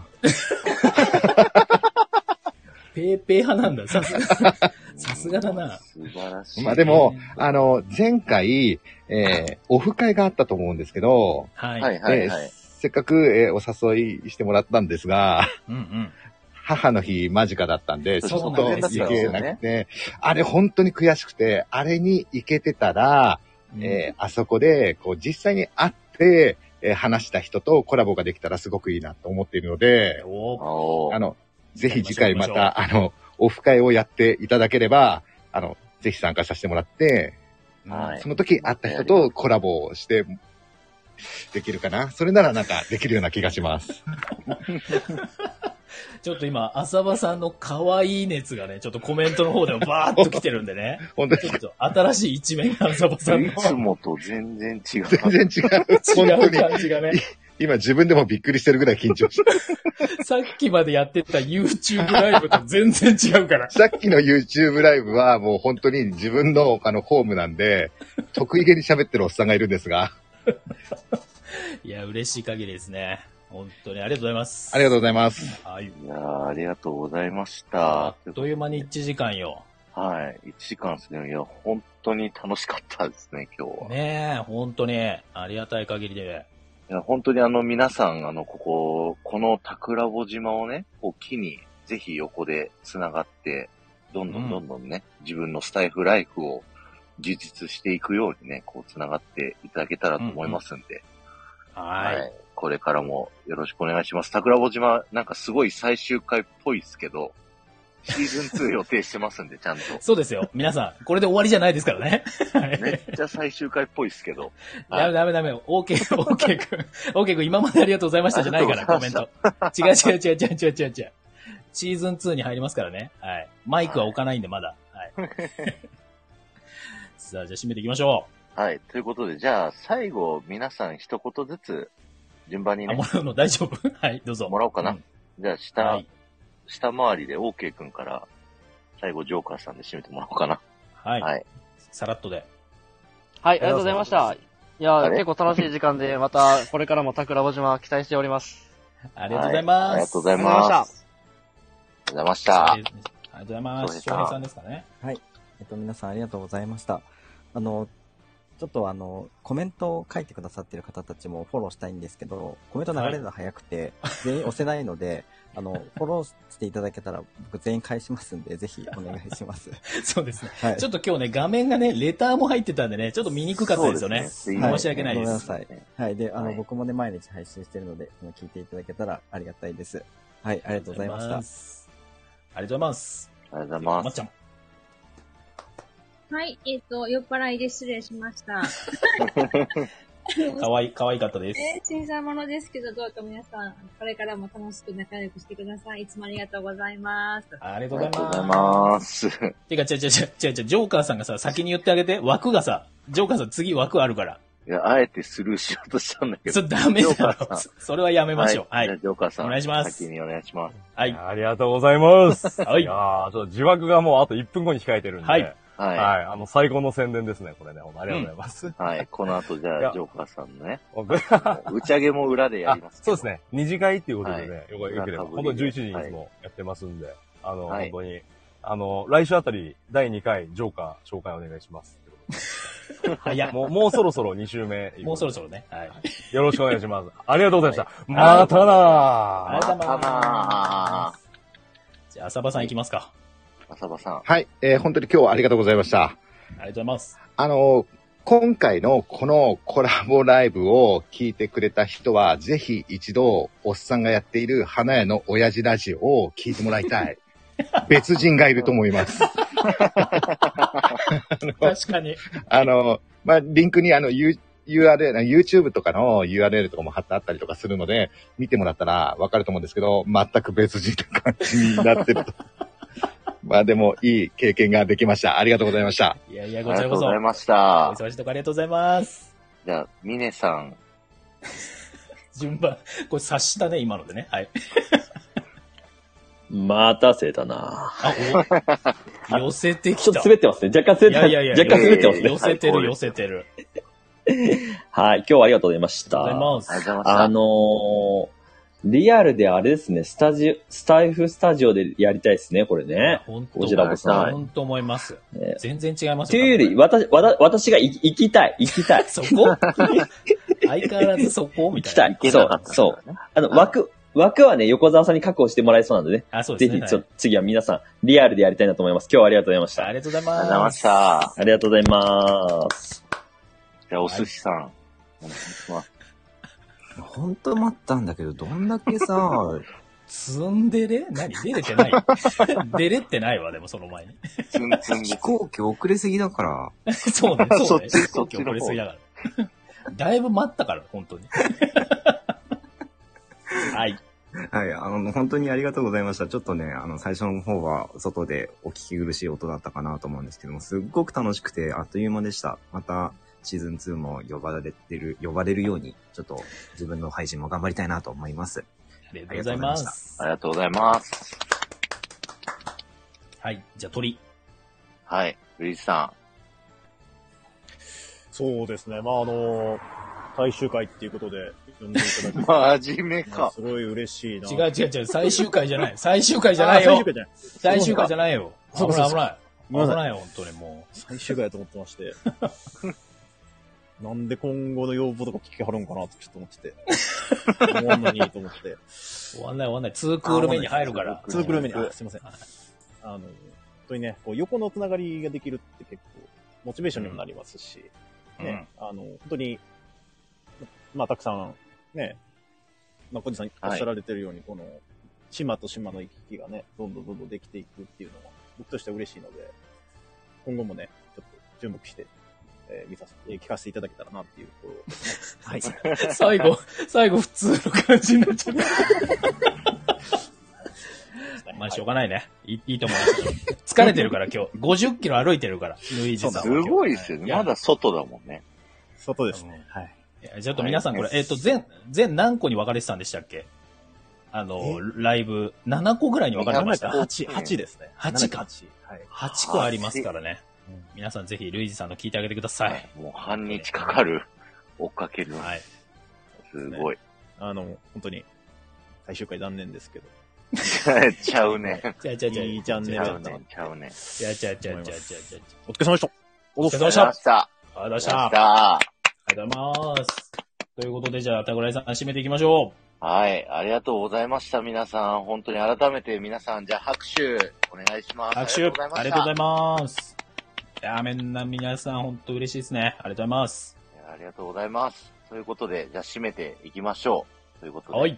Speaker 2: ペーペー派なんだ。さすが、 さすがだな。
Speaker 1: 素晴らし
Speaker 3: まあでも、あの、前回、えーオフ会があったと思うんですけど、
Speaker 2: はい
Speaker 1: はいはいはい
Speaker 3: えーせっかく、えーお誘いしてもらったんですが、
Speaker 2: うんうん。
Speaker 3: 母の日間近だったんで、ち
Speaker 2: そ
Speaker 3: ょ
Speaker 2: う
Speaker 3: っ
Speaker 2: な
Speaker 3: と
Speaker 2: んで
Speaker 3: 行
Speaker 2: すよ
Speaker 3: けなくて、あれ本当に悔しくて、あれに行けてたら、えーあそこで、こう実際に会って、えー話した人とコラボができたらすごくいいなと思っているので、あの、ぜひ次回また、あの、オフ会をやっていただければ、あの、ぜひ参加させてもらって、
Speaker 1: はい
Speaker 3: その時会った人とコラボをして、できるかなそれならなんかできるような気がします。
Speaker 2: ちょっと今、浅場さんの可愛い熱がね、ちょっとコメントの方でもバーッと来てるんでね。
Speaker 3: 本当
Speaker 2: ちょっと新しい一面が浅場さんの。
Speaker 1: いつもと全然違う。
Speaker 3: 全然違う。
Speaker 2: 違う
Speaker 3: 本当
Speaker 2: 感じがね
Speaker 3: に。今自分でもびっくりしてるぐらい緊張 してる。
Speaker 2: さっきまでやってた YouTube ライブと全然違うから。
Speaker 3: さっきの YouTube ライブはもう本当に自分のあのホームなんで、得意げに喋ってるおっさんがいるんですが、
Speaker 2: いや、嬉しい限りですね。本当にありがとうございます。
Speaker 3: ありがとうございます。
Speaker 2: はい。
Speaker 1: いやーありがとうございました。
Speaker 2: あっという間に1時間よ。
Speaker 1: はい。1時間ですね。いや、本当に楽しかったですね、今日は。
Speaker 2: ねえ、本当に、ありがたい限りで。
Speaker 1: いや本当にあの皆さん、あの、ここ、この桜穂島をね、こう木に、ぜひ横で繋がって、どんどんどんどんね、自分のスタイフライフを充実していくようにね、こう繋がっていただけたらと思いますんで。。
Speaker 2: はい
Speaker 1: これからもよろしくお願いします。桜穂島、なんかすごい最終回っぽいですけど、シーズン2予定してますんで、ちゃんと。
Speaker 2: そうですよ。皆さん、これで終わりじゃないですからね。
Speaker 1: めっちゃ最終回っぽいですけど。
Speaker 2: ダメダメダメ。OK、OK 君。OK 君、今までありがとうございましたじゃないから、コメント。違う違う違う違う違う違う違う。シーズン2に入りますからね。はい。マイクは置かないんで、まだ。はい。さあ、じゃあ締めていきましょ
Speaker 1: はい。ということで、じゃあ、最後、皆さん一言ずつ、順番に
Speaker 2: う。あ、
Speaker 1: ね
Speaker 2: も、らうの大丈夫 はい、どうぞ。
Speaker 1: もらおうかな。じゃあ、下、下回りで OK 君から、最後、ジョーカーさんで締めてもらおうかな。
Speaker 2: はい。
Speaker 1: はい。
Speaker 2: さらっとで。
Speaker 4: はい、ありがとうございました。いや
Speaker 1: あ
Speaker 4: ー、
Speaker 1: れ
Speaker 4: 結構楽しい時間で、また、これからも桜庭島期待しております。
Speaker 2: ありがとうございます。
Speaker 1: はいありがとうございます
Speaker 4: ありがとうございました。
Speaker 1: ありがとうございました。
Speaker 2: ありがとうございます。
Speaker 7: 翔
Speaker 2: 翔
Speaker 7: 平
Speaker 2: 平
Speaker 7: さ
Speaker 2: さ
Speaker 7: ん
Speaker 2: んですかね。
Speaker 7: はい。えっと、皆さんありがとうございました。あの、ちょっとあの、コメントを書いてくださってる方たちもフォローしたいんですけど、コメント流れるの早くて、全員押せないの で、あの、フォローしていただけたら、僕全員返しますんで、ぜひお願いします。
Speaker 2: そうですね。
Speaker 7: はい
Speaker 2: ちょっと今日ね、画面がね、レターも入ってたんでね、ちょっと見にくかったですよね。申し訳ないで
Speaker 7: ごめんな
Speaker 2: す。
Speaker 7: さい。はい。で、あの、僕もね、毎日配信してるので、あの聞いていただけたらありがたいです。はい、ありがとうございました。
Speaker 2: ありがとうございます。
Speaker 1: ありがとうございます。
Speaker 2: まっちゃん。
Speaker 13: はい、えっ、と、酔っ払いで失礼しました。
Speaker 2: かわい、かわいかったです。
Speaker 13: えー、新参者ですけど、どうか皆さん、これからも楽しく仲良くしてください。いつもありがとうございます。
Speaker 2: ありがとうございます。
Speaker 1: す。
Speaker 2: てか、違う違う違う違う違う、ジョーカーさんがさ、先に言ってあげて、枠がさ、ジョーカーさん次枠あるから。
Speaker 1: いや、あえてスルーしようとしたんだけど。
Speaker 2: それダメだろ
Speaker 1: ジョーカーさん
Speaker 2: それはやめましょう
Speaker 1: はい。じゃあジョーカーさん。
Speaker 2: お願いします
Speaker 1: 先にお願いします。
Speaker 2: はい。
Speaker 6: ありがとうございます。
Speaker 2: はい
Speaker 6: いやーちょっと字幕がもうあと1分後に控えてるんで。
Speaker 1: はいは
Speaker 6: はいい。あの、最高の宣伝ですね、これね。ほんまありがとうございます。
Speaker 1: はい。この後、じ
Speaker 6: い
Speaker 1: ゃあ、
Speaker 6: や
Speaker 1: ジョーカーさんのね、
Speaker 6: 僕
Speaker 1: 打ち上げも裏でやります。
Speaker 6: そうですね。二次会っていうことでね、
Speaker 1: はい
Speaker 6: よかよければ、
Speaker 1: 裏か
Speaker 6: 本当
Speaker 1: ぶり
Speaker 6: に
Speaker 1: で
Speaker 6: 11時にいつもやってますんで、あの、
Speaker 1: はい。
Speaker 6: 本当に、あの、来週あたり、第2回、ジョーカー紹介お願いします。いや、もう、もうそろそろ2週目。
Speaker 2: もうそろそろね。はい。
Speaker 6: よろしくお願いします。ありがとうございました。またな
Speaker 2: ありがとうございますじゃあ、浅場さん行きますか。
Speaker 1: 浅場さん。あ
Speaker 3: はい、えー本当に今日はありがとうございました。
Speaker 2: りがとうございます。
Speaker 3: あの、今回のこのコラボライブを聞いてくれた人は、ぜひ一度、おっさんがやっている花屋の親父ラジオを聞いてもらいた い。別人がいると思います。
Speaker 2: 確かに。
Speaker 3: あの、まあ、リンクにあの、U、URL、あ YouTube とかの URL とかも貼ってあったりとかするので、見てもらったらわかると思うんですけど、全く別人な感じになってる と。まあでも、いい経験ができました。ありがとうございました。
Speaker 2: いやいや、
Speaker 1: り
Speaker 2: ご
Speaker 1: がと
Speaker 2: ちら
Speaker 1: う
Speaker 2: こ
Speaker 1: ご
Speaker 2: そ。
Speaker 1: ざいました
Speaker 2: お。忙しいとこありがとうございます。
Speaker 1: じゃあ、ミネさん。
Speaker 2: 順番、これ察したね、今のでね。はい。
Speaker 5: 待たせたな
Speaker 2: あ、寄せてきた。
Speaker 5: ちょっと滑ってますね。若干滑ってます。
Speaker 2: いやいやいや
Speaker 5: 若干滑ってますね。
Speaker 2: 寄せてる、寄せてる。
Speaker 5: はい、今日はありがとうございました。
Speaker 2: ありがとうございますありがとうございました
Speaker 5: あのー、リアルであれですね、スタジオ、スタイフスタジオでやりたいですね、これね。
Speaker 2: 本当
Speaker 5: こちらこそ。はい
Speaker 2: 本当思います。全然違います
Speaker 5: と
Speaker 2: よ。
Speaker 5: いうより、私、わた私が行行きたい、行きたい。
Speaker 2: そこ 相変わらずそこみ
Speaker 5: 行
Speaker 2: た
Speaker 5: き
Speaker 2: い
Speaker 5: た
Speaker 2: な。
Speaker 5: い。そう、そう。あの、枠、枠はね、横澤さんに確保してもらえそうなんでね。
Speaker 2: あそうですね
Speaker 5: ぜひ、ちょっ
Speaker 2: は
Speaker 5: と次は皆さん、リアルでやりたいなと思います。今日はありがとうございました。
Speaker 2: ありがとうござい
Speaker 1: ありがとうござい
Speaker 2: ま。
Speaker 1: ますした。
Speaker 5: ありがとうございます。
Speaker 1: じゃあ、お寿司さん。お願いします。
Speaker 9: 本当待ったんだけど、どんだけ さ、
Speaker 2: ツンデレ何出れてない出れってないわ、でもその前に。
Speaker 9: 飛行機遅れすぎだから。
Speaker 2: そうね、そう ね。
Speaker 9: そっち
Speaker 2: 飛行機遅れすぎだから。だいぶ待ったから、本当に。はい。
Speaker 9: はい、あの、本当にありがとうございました。ちょっとね、あの、最初の方は外でお聞き苦しい音だったかなと思うんですけども、すっごく楽しくて、あっという間でした。また、シーズン2も呼ばれてる、呼ばれるように、ちょっと自分の配信も頑張りたいなと思います。
Speaker 2: ありがとうございます。
Speaker 1: ありがとうございます。
Speaker 2: はい。じゃあ、鳥。
Speaker 1: はい。ルイジさ
Speaker 10: そうですね。まあ、あの、最終回っていうことで、呼んでいただ
Speaker 1: く。真面目か
Speaker 10: すごい嬉しいな。
Speaker 2: 違う違う違う、最終回じゃない。最終回じゃないよ。
Speaker 10: あ最終回じゃない
Speaker 2: 最終回じゃないよ。危
Speaker 10: そうか
Speaker 2: ない
Speaker 10: そ
Speaker 2: 危
Speaker 10: う
Speaker 2: な
Speaker 10: か
Speaker 2: い。危
Speaker 10: ごめんなさ
Speaker 2: ないいよ、本当にも
Speaker 10: 最終回だと思ってまして。なんで今後の要望とか聞きはるんかなってちょっと思ってて。終わんのにと思って。
Speaker 2: 終わんない終わんない。ツークール目に入るから。
Speaker 10: ツークール目に、あすいません。あの、本当にね、こう横のつながりができるって結構、モチベーションにもなりますし、
Speaker 2: うん
Speaker 10: ね、あの、本当に、まあ、たくさん、ね、まあ、小路さんおっしゃられてるように、この、島と島の行き来がね、どんどんどんどんできていくっていうのは、僕としては嬉しいので、今後もね、ちょっと注目して、えー見させて、聞かせていただけたらなっていうとこ ろを、はい。
Speaker 2: 最後、最後普通の感じになっちゃった。 まあ、しょうがないね。いいいいと思います。 疲れてるから 今日。50キロ歩いてるから、ルイージ
Speaker 1: ん。
Speaker 2: さんは
Speaker 1: す
Speaker 2: 今日。
Speaker 1: ごいですよね。まだ外だもんね。
Speaker 10: 外ですね。はい。
Speaker 2: いやちょっと皆さんこれ、
Speaker 1: はい
Speaker 2: えっ、と、全、全何個に分かれてたんでしたっけあの、ライブ、7個ぐらいに分かれてました。
Speaker 10: 8、8ですね。
Speaker 2: 8か。
Speaker 10: 8。はい。
Speaker 2: 8個ありますからね。皆さんぜひ、ルイージさんの聞いてあげてください。
Speaker 1: もう半日かかる。追っかける。
Speaker 2: はい。
Speaker 1: すごい。
Speaker 10: あの、本当に、最終回残念ですけど。
Speaker 1: ちゃうね。
Speaker 2: ちゃうちゃうちゃう
Speaker 10: いいチャンネル
Speaker 1: ち
Speaker 10: だ
Speaker 1: ゃ
Speaker 10: っ
Speaker 1: う
Speaker 10: たな
Speaker 1: ね。ちゃうね。
Speaker 2: いや、ちゃうちゃうちゃうちゃうちゃう。
Speaker 10: お疲れ様でした。
Speaker 2: お疲れ様でした
Speaker 1: お疲れ様でした。
Speaker 2: ありがと
Speaker 1: お疲れ様でした
Speaker 2: うございました。ありがとうございます。ということで、じゃあ、タグライさん、締めていきましょ
Speaker 1: はい。ありがとうございました、皆さん。本当に改めて皆さん、じゃあ拍手、お願いしま
Speaker 2: う。
Speaker 1: す。
Speaker 2: 拍手、あ
Speaker 1: あり
Speaker 2: りが
Speaker 1: がとう
Speaker 2: とうご
Speaker 1: ござ
Speaker 2: ざい
Speaker 1: いました。
Speaker 2: ます。いやー、みんな、皆さん、本当嬉しいですね。ありがとうございます。
Speaker 1: いやありがとうございます。ということで、じゃあ締めていきましょう。ということで。
Speaker 2: はい。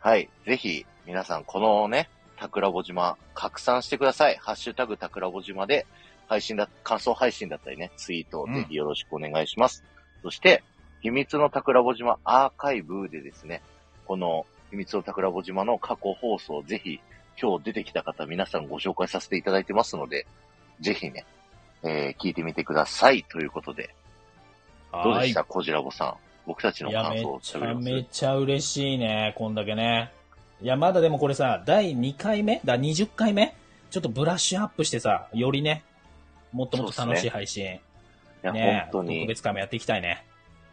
Speaker 1: はい。ぜひ、皆さん、このね、桜ぼ島、拡散してください。ハッシュタグ桜ぼ島で、配信だ、感想配信だったりね、ツイートをぜひよろしくお願いします。そして、秘密の桜ぼ島アーカイブでですね、この秘密の桜ぼ島の過去放送をぜひ、今日出てきた方皆さんご紹介させていただいてますので、ぜひね、えー聞いてみてください。ということで、どうでしたコジラボさん。僕たちの
Speaker 2: いや、
Speaker 1: 感
Speaker 2: め
Speaker 1: 想を
Speaker 2: ち
Speaker 1: 喋
Speaker 2: ゃ
Speaker 1: ります
Speaker 2: めちゃ嬉しいね、こんだけね。いや、まだでもこれさ、第2回目だ、20回目ちょっとブラッシュアップしてさ、よりね、もっともっと楽しい配信。ね
Speaker 1: いや、本当に
Speaker 2: 特別会もやっていきたいね。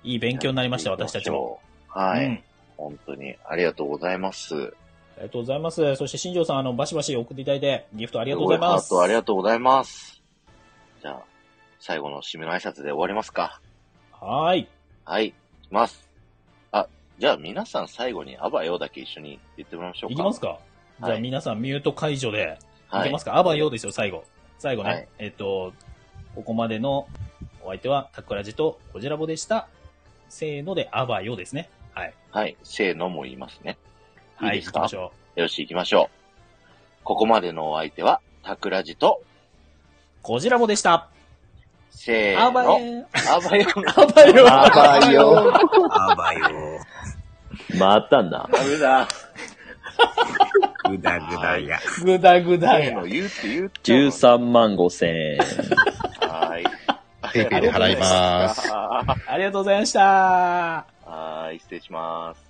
Speaker 2: いい勉強になりました、私たちも。
Speaker 1: はい、
Speaker 2: うん
Speaker 1: 本当にありがとうございます。
Speaker 2: ありがとうございます。そして、新庄さん、あの、バシバシ送っていただいて、ギフトありがとうございます。
Speaker 1: ごハートありがとうございます。じゃあ、最後の締めの挨拶で終わりますか。
Speaker 2: はーい。
Speaker 1: はい、いきます。あ、じゃあ皆さん最後にあばよだけ一緒に言ってもらいましょうか。
Speaker 2: いきますかじゃあ皆さんミュート解除で、
Speaker 1: はい
Speaker 2: いけますかあばよですよ、最後。最後ね。
Speaker 1: はい
Speaker 2: えっと、ここまでのお相手は、タクラジとコジラボでした。せーので、あばよですね。はい。
Speaker 1: はい、せーのも言いますね。
Speaker 2: はい
Speaker 1: いですか
Speaker 2: 行きましょ
Speaker 1: よし、行きましょう。ここまでのお相手は、タクラジと、
Speaker 2: コジラボでした。
Speaker 1: せーの。
Speaker 2: あばよ
Speaker 1: あばよ。
Speaker 2: あばよ
Speaker 1: あばよ。
Speaker 5: あばよ。またな。
Speaker 1: ダメだ。
Speaker 5: ぐだぐだや。
Speaker 2: ぐだぐだ
Speaker 1: せーの言うって言う
Speaker 5: 13万5千円。
Speaker 1: はい。
Speaker 5: ペイペイで払います
Speaker 2: ありがとうございました。
Speaker 1: はーい、失礼します。